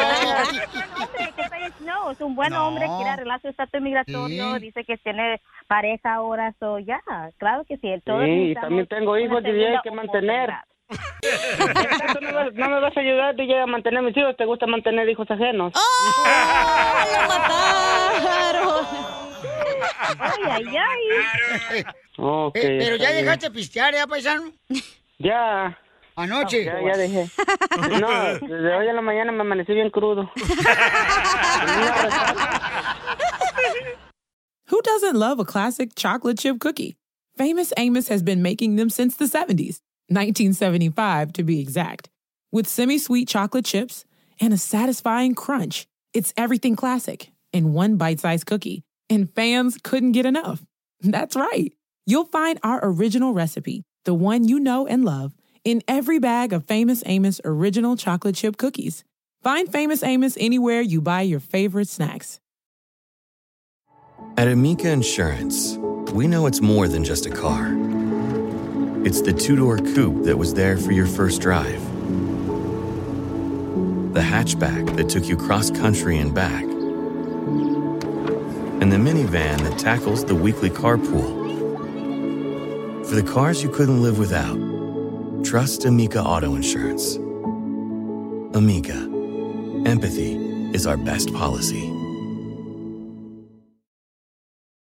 hombre, ¿qué tal es? No, es un buen hombre, quiere arreglar su estatus migratorio,
Sí.
dice que tiene pareja ahora, so ya, claro que sí. Todos
sí, y
necesitamos
también tengo
una
hijos, DJ,
segunda
que mantener.
oportunidad.
¿Acaso no, vas- no me vas a ayudar, DJ, a mantener a mis hijos? ¿Te gusta mantener hijos ajenos?
¡Oh,
Ay, ay, ay.
Ok,
Pe- Eh, pero
está
ya
bien.
dejaste pistear, ¿ya, paisano?
Ya.
Anoche.
Ya, ya dejé. No, desde hoy en la mañana me amanecí bien crudo.
Who doesn't love a classic chocolate chip cookie? Famous Amos has been making them since the 70s, 1975 to be exact. With semi sweet chocolate chips and a satisfying crunch, it's everything classic in one bite sized cookie. And fans couldn't get enough. That's right. You'll find our original recipe, the one you know and love, in every bag of Famous Amos original chocolate chip cookies. Find Famous Amos anywhere you buy your favorite snacks.
At Amica Insurance, we know it's more than just a car. It's the two door coupe that was there for your first drive, the hatchback that took you cross country and back, and the minivan that tackles the weekly carpool. For the cars you couldn't live without, trust Amica Auto Insurance. Amica, empathy is our best policy.